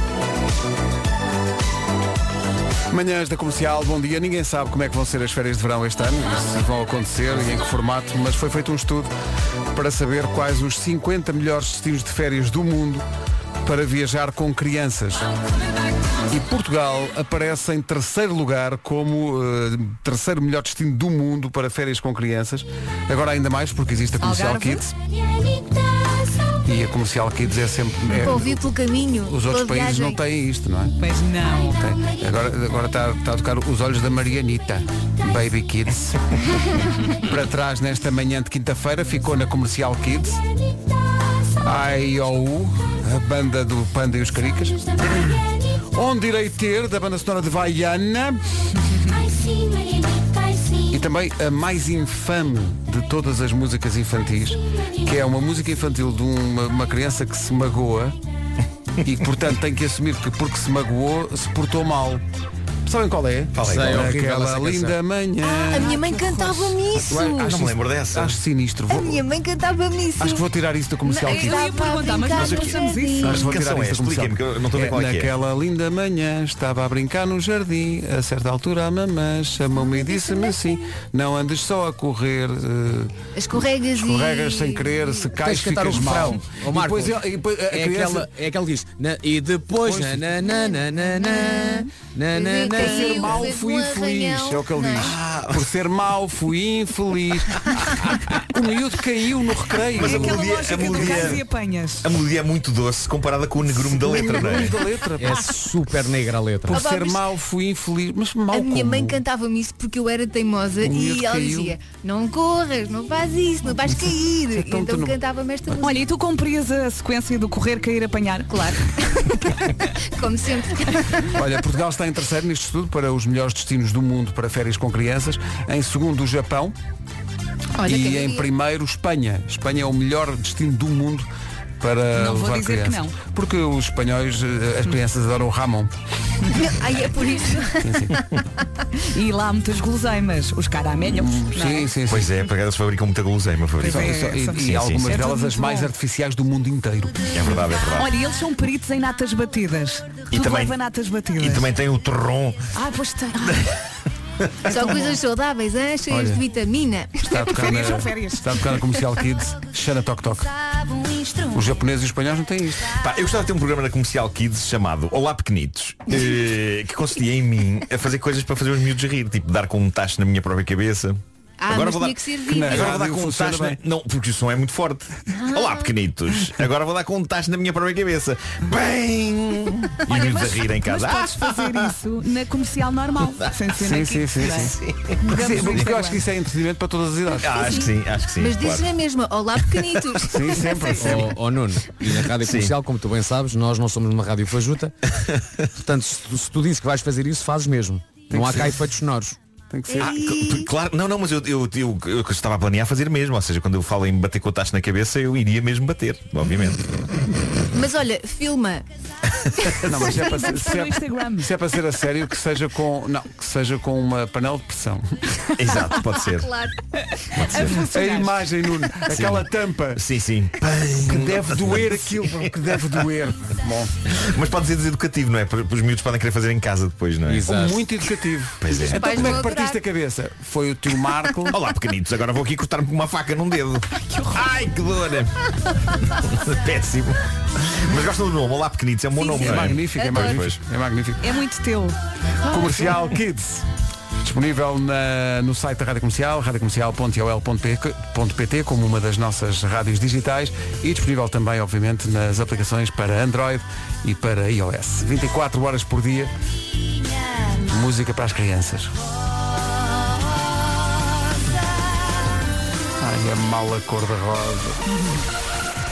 Manhãs da Comercial, bom dia. Ninguém sabe como é que vão ser as férias de verão este ano, se vão acontecer e em que formato, mas foi feito um estudo para saber quais os 50 melhores destinos de férias do mundo para viajar com crianças. E Portugal aparece em terceiro lugar como eh, terceiro melhor destino do mundo para férias com crianças. Agora ainda mais porque existe a Comercial
Algarve.
Kids e a Comercial Kids é sempre... é-
Para ouvir pelo caminho.
os outros
pela
países não
viagem.
têm isto, não é?
Pois não.
Tem. Agora está agora está está a tocar os olhos da Marianita, Baby Kids. Para trás, nesta manhã de quinta-feira, ficou na Comercial Kids. IOU, a banda do Panda e os Caricas. Onde irei ter, da banda sonora de Vaiana. E também a mais infame de todas as músicas infantis, que é uma música infantil de uma, uma criança que se magoa e que, portanto tem que assumir que porque se magoou se portou mal. Sabem qual é?
Qual é? Sei, é horrível essa
Aquela
canção.
linda manhã.
Ah, a minha mãe cantava-me isso.
Ah,
Acho- Acho sinistro.
A
Vou-
minha mãe cantava-me isso.
acho que vou tirar isso do comercial. tipo,
Não,
aqui.
eu ia perguntar, mas nós não fazemos isso.
Acho que vou
Que
tirar
canção
isso
é?
do comercial.
Expliquem-me, que eu não estou a ver qual é que é.
Naquela linda manhã estava a brincar no jardim. A certa altura a mamã chamou-me e disse-me assim. Não andes só a correr. eh,
Escorregas,
Escorregas
e...
sem querer, se cais
Tens que cantar o
ficas
refrão.
mal.
Ó, Marco,
e depois, ele- e depois a
é,
criança-
aquela, é aquela que diz. "Na- e depois.
Pois.
na, na, na, na, na, na, na, na, na,
Por ser
um
na,
mau
na,
fui
na,
infeliz.
na,
É o que ele
na,
diz. Por ser mau fui infeliz. o miúdo caiu no recreio.
Mas a
É Aquela
melodia,
lógica
a
do cais e
melodia,
apanhas.
a melodia é muito doce comparada com o negrume da letra, não é?
da letra.
É super negra a letra.
Por
Opa,
ser
mas-
mau fui infeliz. Mas mau
A minha
como?
mãe cantava-me isso porque eu era teimosa
O miúdo
e ela
caiu.
dizia não corras, não faz isso, não vais cair. E
tonto,
então
não-
cantava-me esta música.
Olha, e tu cumprias a sequência do correr, cair, apanhar?
Claro. Como sempre.
Olha, Portugal está em terceiro neste estudo para os melhores destinos do mundo para férias com crianças. Em segundo, o Japão.
Olha,
e
quem
em
diria?
primeiro, Espanha. Espanha é o melhor destino do mundo para
Não vou
levar
dizer que
crianças.
não.
Porque os espanhóis, eh, as crianças adoram o Ramon.
Ai, é por isso.
E lá há muitas guloseimas, os caramelhos. não é?
Hum, Sim, sim, sim.
Pois é, porque elas fabricam muita guloseima, fabricam.
Pois é,
E-
essa.
e
Sim, sim,
algumas
sim.
delas
É
as
muito
mais
bom.
artificiais do mundo inteiro.
É verdade, é verdade.
Olha, eles são peritos em natas batidas.
E
Tudo
também-
leva natas batidas.
E também tem o terron.
Ah, pois tem. Ah,
Só coisas saudáveis, hein? cheias
Olha.
de vitamina.
Está a tocar na,
Férias são férias.
está a tocar na comercial Kids, Xana Tok Tok. Os japoneses e os espanhóis não têm isto.
Pá, eu gostava de ter um programa na Comercial Kids chamado Olá Pequenitos, eh, que consistia em mim a fazer coisas para fazer os miúdos rir, tipo dar com um tacho na minha própria cabeça.
Ah, mas tinha que ser vivo.
agora vou dar
rádio
com um
funciona
tacho na...
bem.
Não, porque o som é muito forte. Olá Pequenitos, agora vou dar com um tacho na minha própria cabeça. Bem! E os miúdos a rir em casa. Ah,
Mas podes fazer isso na comercial normal. Sem ser
Sim,
na
sim,
Kids,
sim,
não é?
sim.
Mudamos
Sim,
o
porque eu
Instagram.
acho que isso é entretenimento para todas as idades.
Ah, acho que sim, acho que sim.
Mas
claro.
diz na mesma, olá pequenitos.
Sim, sempre.
Ó ó, Nuno, e na rádio comercial, como tu bem sabes, nós não somos uma rádio fajuta. Portanto, se tu, se tu dizes que vais fazer isso, fazes mesmo. não
que
há
ser.
cá efeitos sonoros.
Tem que ser.
Ah, cl- claro, não, não, mas eu, eu, eu, eu estava a planear fazer mesmo, ou seja, quando eu falo em bater com o tacho na cabeça, eu iria mesmo bater, obviamente.
Mas olha, filma.
Não, mas se é para
Vamos
ser,
estar
se
no
é,
Instagram.
se é para ser a sério, que seja com. Não, que seja com uma panela de pressão.
Exato, pode ser.
Claro.
A imagem, Nuno, aquela tampa
Sim, sim.
que deve doer aquilo, pá, que deve doer. Bom,
Mas pode ser deseducativo, não é? Para- para Os miúdos podem querer fazer em casa depois, não é?
muito educativo.
Pois é.
Então
pais
como é
vão
que partiste a cabeça? Foi o teu Marco.
Olá pequenitos, agora vou aqui cortar-me com uma faca num dedo. Ai que dor! Péssimo. Mas gostam do nome, olá pequenitos, é um bom nome,
É
não é?
magnífico, é
Adoro.
magnífico. É magnífico.
É muito teu.
Comercial Kids. Disponível na- no site da Rádio Comercial, radiocomercial.ol.pt, como uma das nossas rádios digitais, e disponível também, obviamente, nas aplicações para Android e para iOS. 24 horas por dia,
Música para as crianças.
Ai, a mala cor-de-rosa.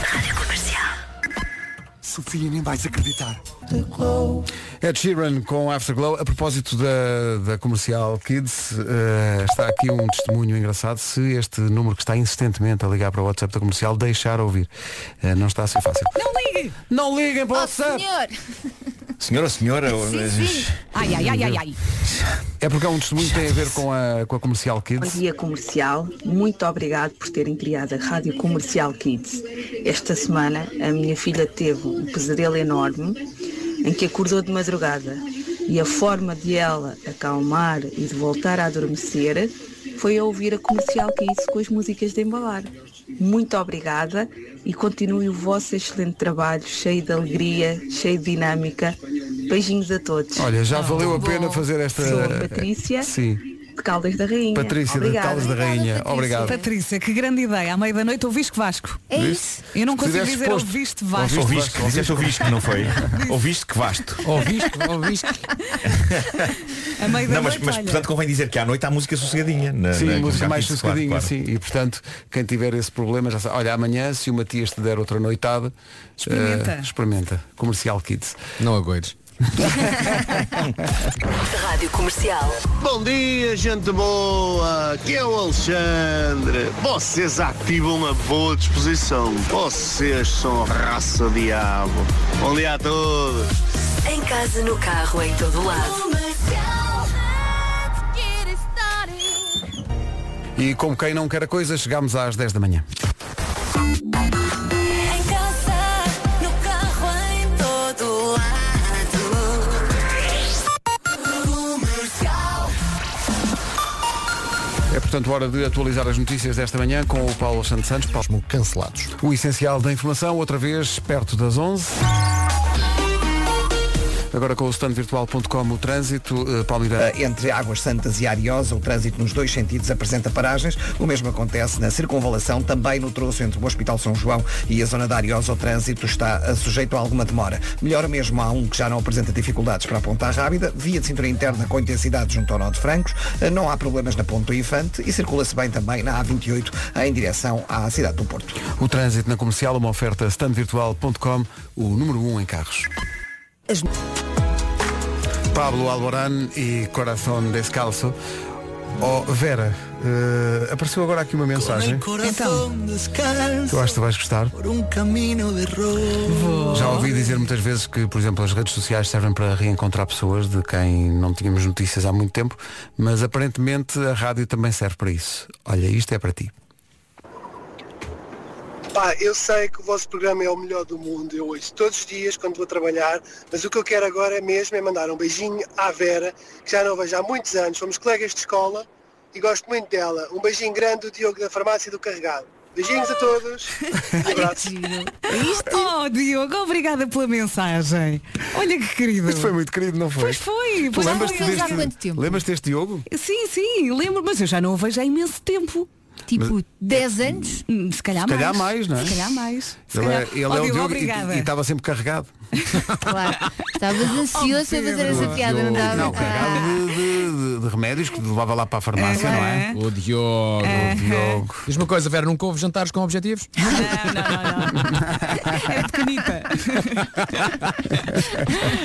Rádio Comercial.
Sofia, nem vais acreditar. Ed Sheeran com Afterglow. A propósito da, da comercial Kids, eh, está aqui um testemunho engraçado. Se este número que está insistentemente a ligar para o WhatsApp da comercial deixar ouvir, Eh, não está a ser fácil.
Não
liguem!
Não liguem
Ah,
para
o
Oh,
WhatsApp! Senhor!
Senhora, senhora.
Ai, ai, ai, ai, ai.
É porque há um testemunho que tem a ver com a, com a comercial
Bom
Kids.
dia comercial, muito obrigado por terem criado a Rádio Comercial Kids. Esta semana a minha filha teve um pesadelo enorme em que acordou de madrugada e a forma de ela acalmar e de voltar a adormecer foi a ouvir a Comercial Kids com as músicas de embalar. Muito obrigada e continue o vosso excelente trabalho, cheio de alegria, cheio de dinâmica. Beijinhos a todos.
Olha, já valeu a pena fazer esta.
Sou a Patrícia.
Sim.
de Caldas da Rainha.
Patrícia de
Obrigada.
Caldas da Rainha. Obrigado.
Patrícia, que grande ideia. À meia da noite ouviste Vasco.
É isso.
Eu não consigo
Fizeste
dizer
posto.
ouviste Vasco.
Ouviste, que- disseste ouviste que não foi? Ouviste que vasto.
Ouviste, ouviste.
A meio da
Não, mas,
noite,
mas
olha.
portanto convém dizer que à noite há música sossegadinha. na-
Sim,
Né,
na-
música
com
mais
Kids,
sossegadinha,
claro,
sim. E portanto, quem tiver esse problema já sabe. Olha, amanhã, se o Matias te der outra noitada,
Experimenta.
eh, experimenta. Comercial Kids.
Não agueires.
Rádio Comercial.
Bom dia, gente boa! Aqui é o Alexandre. Vocês ativam uma boa disposição. Vocês são a raça diabo. Bom dia a todos.
Em casa, no carro, em todo lado.
E como quem não quer a coisa, chegámos às 10 da manhã.
Em casa, no carro, em todo lado. Comercial.
É portanto hora de atualizar as notícias desta manhã com o Paulo Santos Santos. Paulo cancelados. O essencial da informação, outra vez, perto das 11. Agora com o standvirtual.com, o trânsito, eh, Paulo Miranda.
Uh, entre Águas Santas e Ariosa, o trânsito nos dois sentidos apresenta paragens. O mesmo acontece na circunvalação, também no troço entre o Hospital São João e a zona da Ariosa, o trânsito está uh, sujeito a alguma demora. Melhor mesmo há um que já não apresenta dificuldades para a Ponta Rábida, via de cintura interna com intensidade junto ao Nó de Francos, Uh, não há problemas na Ponta Infante e circula-se bem também na A28 em direção à cidade do Porto.
O trânsito na comercial, uma oferta standvirtual.com, o número 1 um em carros. Pablo Alborán e Coração Descalço. Oh, Vera, eh, apareceu agora aqui uma mensagem.
Então.
Eu acho que tu vais gostar.
Um caminho de roubo.
Já ouvi dizer muitas vezes que, por exemplo, as redes sociais servem para reencontrar pessoas de quem não tínhamos notícias há muito tempo, mas aparentemente a rádio também serve para isso. Olha, isto é para ti.
Pá, eu sei que o vosso programa é o melhor do mundo, eu ouço todos os dias quando vou trabalhar, mas o que eu quero agora é mesmo é mandar um beijinho à Vera, que já não vejo há muitos anos, somos colegas de escola e gosto muito dela. Um beijinho grande do Diogo da Farmácia e do Carregado. Beijinhos a todos. Um e abraços.
Oh, Diogo, obrigada pela mensagem. Olha que querido.
Isto foi muito querido, não foi?
Pois foi. Pois
Lembras-te
foi.
deste, lembras-te deste Diogo?
Sim, sim, lembro, mas eu já não a vejo há imenso tempo.
Tipo, Mas-
10 anos? Se calhar
Se
mais.
calhar mais, não é?
Se calhar mais. Se
Ele é,
calhar-
ele é
Oh,
o
Diogo,
Diogo e-
obrigada.
e tá estava sempre carregado.
Claro. Estavas ansioso a fazer essa piada, não Ah.
Diogo, não,
estava?
carregado de, de- de- de remédios que levava lá para a farmácia, não é?
O Diogo.
É.
Diogo. Diz uma coisa, Vera, nunca houve jantares com objetivos?
É pequenita.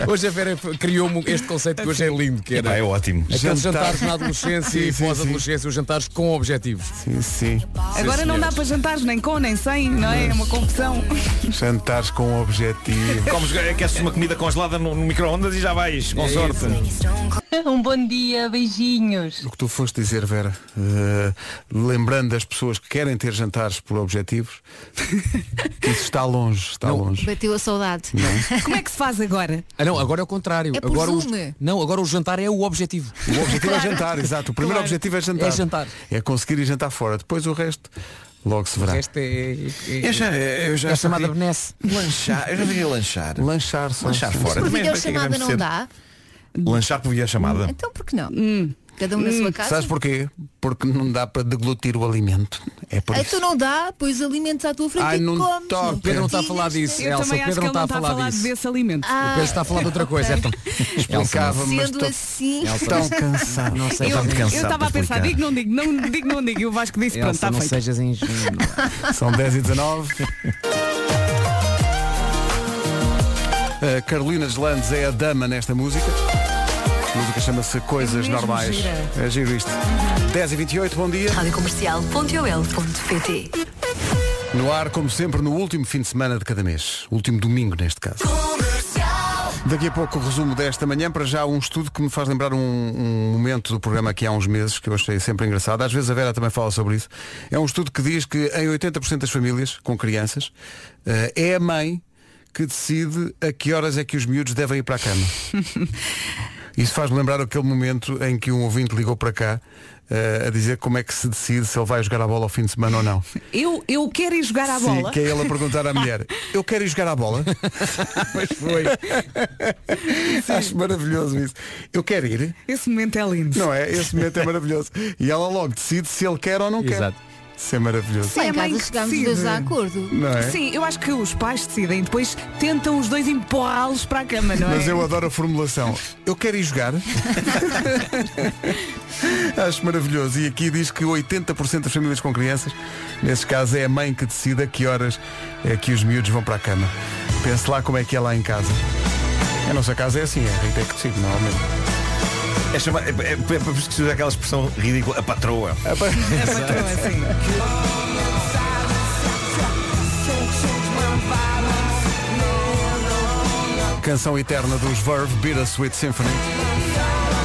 Hoje a Vera criou-me este conceito que hoje é lindo, que era
Epá, é ótimo.
Aqueles
Jantar.
jantares na adolescência
Sim,
e
sim,
pós-adolescência, os jantares com objetivos.
Sim, sim.
Agora não dá para jantares nem com nem sem, não é? É uma confusão.
Jantares com objetivo.
Comes, aqueces uma comida congelada no, no micro-ondas e já vais,
É
com sorte.
Um bom dia, beijinhos.
O que tu foste dizer, Vera, eh, lembrando das pessoas que querem ter jantares por objetivos, que isso está longe, está longe.
Bateu a saudade.
Como é que se faz agora?
Ah não, agora é o contrário.
É por
agora
Zoom.
O, não, agora o jantar é o objetivo.
O objetivo é jantar, exato. O primeiro
Claro.
objetivo é jantar.
É jantar.
É conseguir ir jantar fora. Depois o resto, logo se verá.
O resto é, é,
Eu já, eu já
é chamada benesse.
Lanchar, eu já diria lanchar.
Lanchar,
lanchar
sim.
fora.
Por
Também, mas o que é que
videochamada
vamos
não
ser?
dá?
Lanchar por videochamada.
Hum.
Então por que não? Cada um na sua casa.
Sabes porquê? Porque não dá para deglutir o alimento. É por
Ah,
isso.
tu não dá, pois alimentos à tua frente
Ai,
e
não
comes.
toca.
Pedro não está a falar disso,
Eu
Elsa.
também
Pedro
acho que
não
ele
está
não
a falar disso.
desse alimento.
O Pedro está a falar de outra coisa. Então,
Explicava, mas
Sendo
tô- Então,
assim-
Elsa,
tão
mas-
cansado.
Não sei.
Eu
Estava
eu
cansado
estava a
de
pensar,
explicar.
digo, não digo, não digo, não digo. E o Vasco disse, pronto,
Elsa,
está
não
feito.
sejas ingênuo.
São 10 e 19. A Carolina Deslandes é a dama nesta música. A música chama-se Coisas
mesmo
Normais.
gira.
É giro isto. 10 e 28, bom dia.
Radiocomercial.ol.pt
No ar, como sempre, no último fim de semana de cada mês. Último domingo, neste caso. Daqui a pouco o resumo desta manhã, para já um estudo que me faz lembrar um, um momento do programa que há uns meses, que eu achei sempre engraçado. Às vezes a Vera também fala sobre isso. É um estudo que diz que em 80% das famílias com crianças eh, é a mãe que decide a que horas é que os miúdos devem ir para a cama. Isso faz-me lembrar aquele momento em que um ouvinte ligou para cá eh, a dizer como é que se decide se ele vai jogar a bola ao fim de semana ou não.
Eu, eu quero ir jogar à
Sim,
bola.
que é ele a perguntar à mulher, eu quero ir jogar à bola. Mas foi. Acho maravilhoso isso. Eu quero ir.
Esse momento é lindo.
Não é? Esse momento é maravilhoso. E ela logo decide se ele quer ou não quer.
Exato.
Isso é maravilhoso.
Sim, em casa chegámos os dois a acordo.
Não é?
Sim, eu acho que os pais decidem e depois tentam os dois empurrá-los para a cama, não é?
Mas eu adoro a formulação. Eu quero ir jogar. Acho maravilhoso. E aqui diz que 80% das famílias com crianças, nesse caso, é a mãe que decide a que horas é que os miúdos vão para a cama. Pense lá como é que é lá em casa. A nossa casa é assim, é a Rita é que decide, normalmente.
É chamar, é, é, é, por isso que se usa aquela expressão ridícula, a patroa.
Canção eterna dos Verve, Bittersweet Symphony.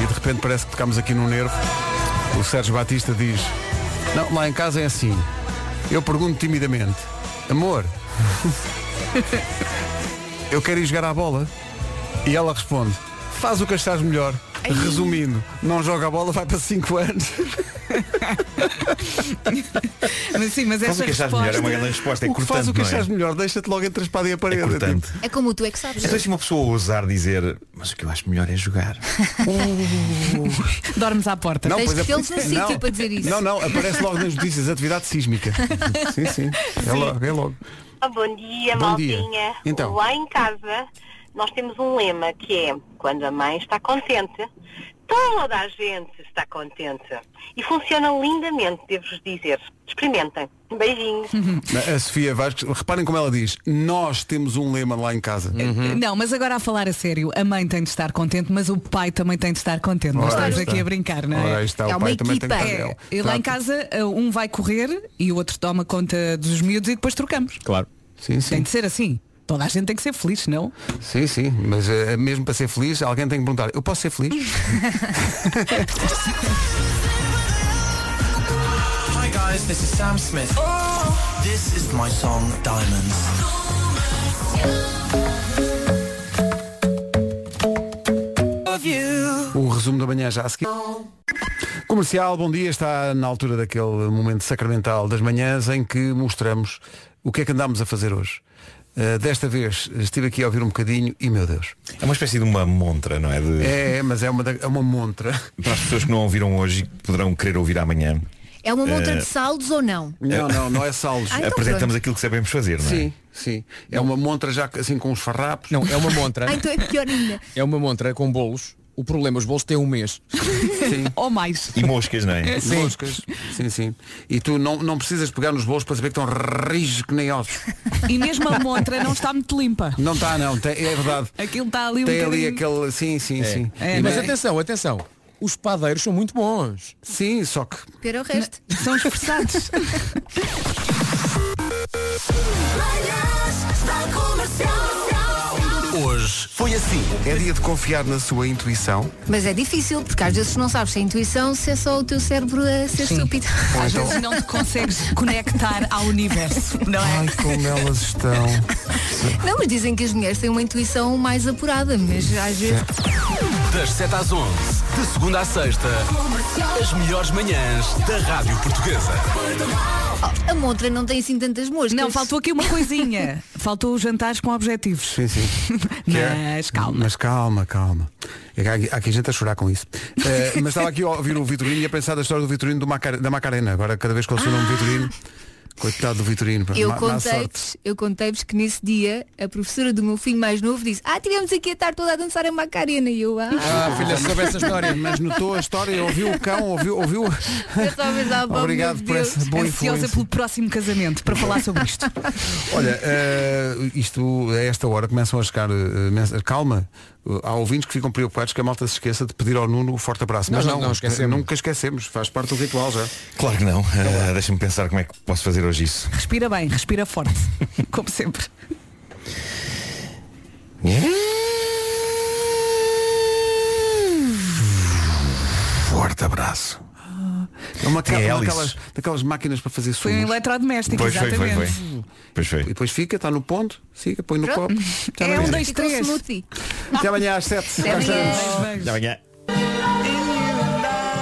E de repente parece que tocamos aqui num nervo. O Sérgio Batista diz, não, lá em casa é assim. Eu pergunto timidamente, amor, eu quero ir jogar à bola. E ela responde, faz o que estás melhor. Resumindo, não joga a bola, vai para 5 anos.
Mas sim, mas
Faz
essa
o que achas
resposta...
melhor, é uma grande resposta, é
O que
cortante,
faz o que
não é?
achas melhor, deixa-te logo entre a espada e a parede. tipo,
É cortante.
É como tu é que sabes.
Então se uma pessoa ousar dizer, mas o que eu acho melhor é jogar.
Dormes à porta.
Tens
pois é,
que tê-los no
não.
sítio para dizer isso.
Não, não, aparece logo nas notícias, atividade sísmica. Sim, sim. É logo, é logo.
Ah, Bom dia,
Bom dia.
maldinha.
Então.
Lá em casa nós temos um lema que é quando a mãe está contente, toda a gente está contente. E funciona lindamente, devo-vos dizer. Experimentem. Beijinhos.
A Sofia Vasques, reparem como ela diz, nós temos um lema lá em casa. Uhum.
Não, mas agora a falar a sério, a mãe tem de estar contente, mas o pai também tem de estar contente. Nós
Ora,
estamos
aí está.
aqui a brincar, não é?
Ora, aí está, o É uma pai também tem que equipa. estar-
É, E lá em casa uh, um vai correr e o outro toma conta dos miúdos e depois trocamos.
Claro. Sim,
Tem
sim.
de ser assim. Toda a gente tem que ser feliz, não?
Sim, sim. Mas eh, mesmo para ser feliz, alguém tem que perguntar, eu posso ser feliz?
Hi guys, this is Sam Smith. This is my song Diamonds.
O resumo da manhã já a seguir. Comercial, bom dia, está na altura daquele momento sacramental das manhãs em que mostramos o que é que andámos a fazer hoje. Eh, desta vez estive aqui a ouvir um bocadinho e meu Deus.
É uma espécie de uma montra, não é? De-
É, é, mas é uma, da- é uma montra.
Para as pessoas que não ouviram hoje e que poderão querer ouvir amanhã.
É uma montra
eh,
de saldos ou não?
Não, não, não é saldos.
Ah, então
apresentamos
pronto.
aquilo que sabemos fazer, não é?
Sim, sim. É uma montra já assim com uns farrapos.
Não, é uma montra.
Ah, então é pior ainda.
É uma montra com bolos. O problema, os bolos têm um mês.
Ou mais.
E moscas, não é?
Sim. Moscas. Sim, sim. E tu não, não precisas pegar nos bolos para saber que estão rijos que nem ossos.
E mesmo a montra não está muito limpa.
Não está, não. Tem- é verdade.
Aquilo está ali um
Tem ali
bocadinho.
aquele. Sim, sim, sim.
É,
E
mas
bem-
atenção, atenção. Os padeiros são muito bons.
Sim, só que.
Pior é o resto.
São esforçados.
Então. Hoje foi assim. É dia de confiar na sua intuição.
Mas é difícil, porque às vezes não sabes se é intuição, se é só o teu cérebro a ser estúpido.
Ou
Às
então-
vezes não te consegues conectar ao universo, não é?
como elas estão.
Não, mas dizem que as mulheres têm uma intuição mais apurada, mas às vezes.
Das 7 às 11, de segunda à sexta, as melhores manhãs da Rádio Portuguesa.
Oh, a montra não tem assim tantas moscas.
Não, faltou aqui uma coisinha. faltou os jantares com objetivos.
Sim, sim. é?
Mas calma.
Mas calma, calma. É que Há aqui, há aqui gente a chorar com isso. Eh, mas estava aqui a ouvir o Vitorino e a pensar da história do Vitorino do Macar- da Macarena. Agora, cada vez que eu sou o
Ah!
nome um Vitorino, coitado do Vitorino. pá,
Eu
má- má sorte.
contei-vos eu contei que nesse dia a professora do meu filho mais novo disse Ah, tivemos aqui a tarde toda a dançar a Macarena E eu, ah,
Ah, filha, soube essa história. Mas notou a história, ouviu o cão, ouviu. ouviu...
talvez há algum
Obrigado
meu
por
Deus.
essa boa
Ansiosa
influência.
pelo próximo casamento para falar sobre isto.
Olha, eh, isto a esta hora começam a chegar. eh, mens- calma, eh, há ouvintes que ficam preocupados que a malta se esqueça de pedir ao Nuno o forte abraço.
Nós
Mas
não-
não, eh,
não esquecemos.
nunca esquecemos, faz parte do ritual já.
Claro que não. Ah, Deixa-me pensar como é que posso fazer hoje isso.
Respira bem, respira forte. Como sempre.
Forte abraço.
É uma, ca-
Tem
uma
hélices.
daquelas, daquelas máquinas para fazer
Foi um
sumos.
eletrodoméstico,
Pois foi,
exatamente.
foi, foi. Pois foi.
E depois fica, está no ponto, siga, põe no
Pronto.
copo. Já
É
não
um,
é.
dois, três.
Até amanhã às sete.
Até
Cá
amanhã.
estamos.
Até amanhã.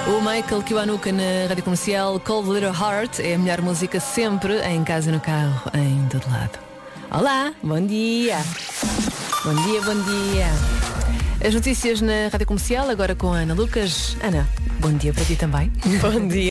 O Michael Kiwanuka na Rádio Comercial Cold Little Heart é a melhor música sempre, em casa, no carro, em todo lado. Olá, bom dia. Bom dia, bom dia. As notícias na Rádio Comercial agora com a Ana Lucas. Ana, bom dia para ti também. Bom dia.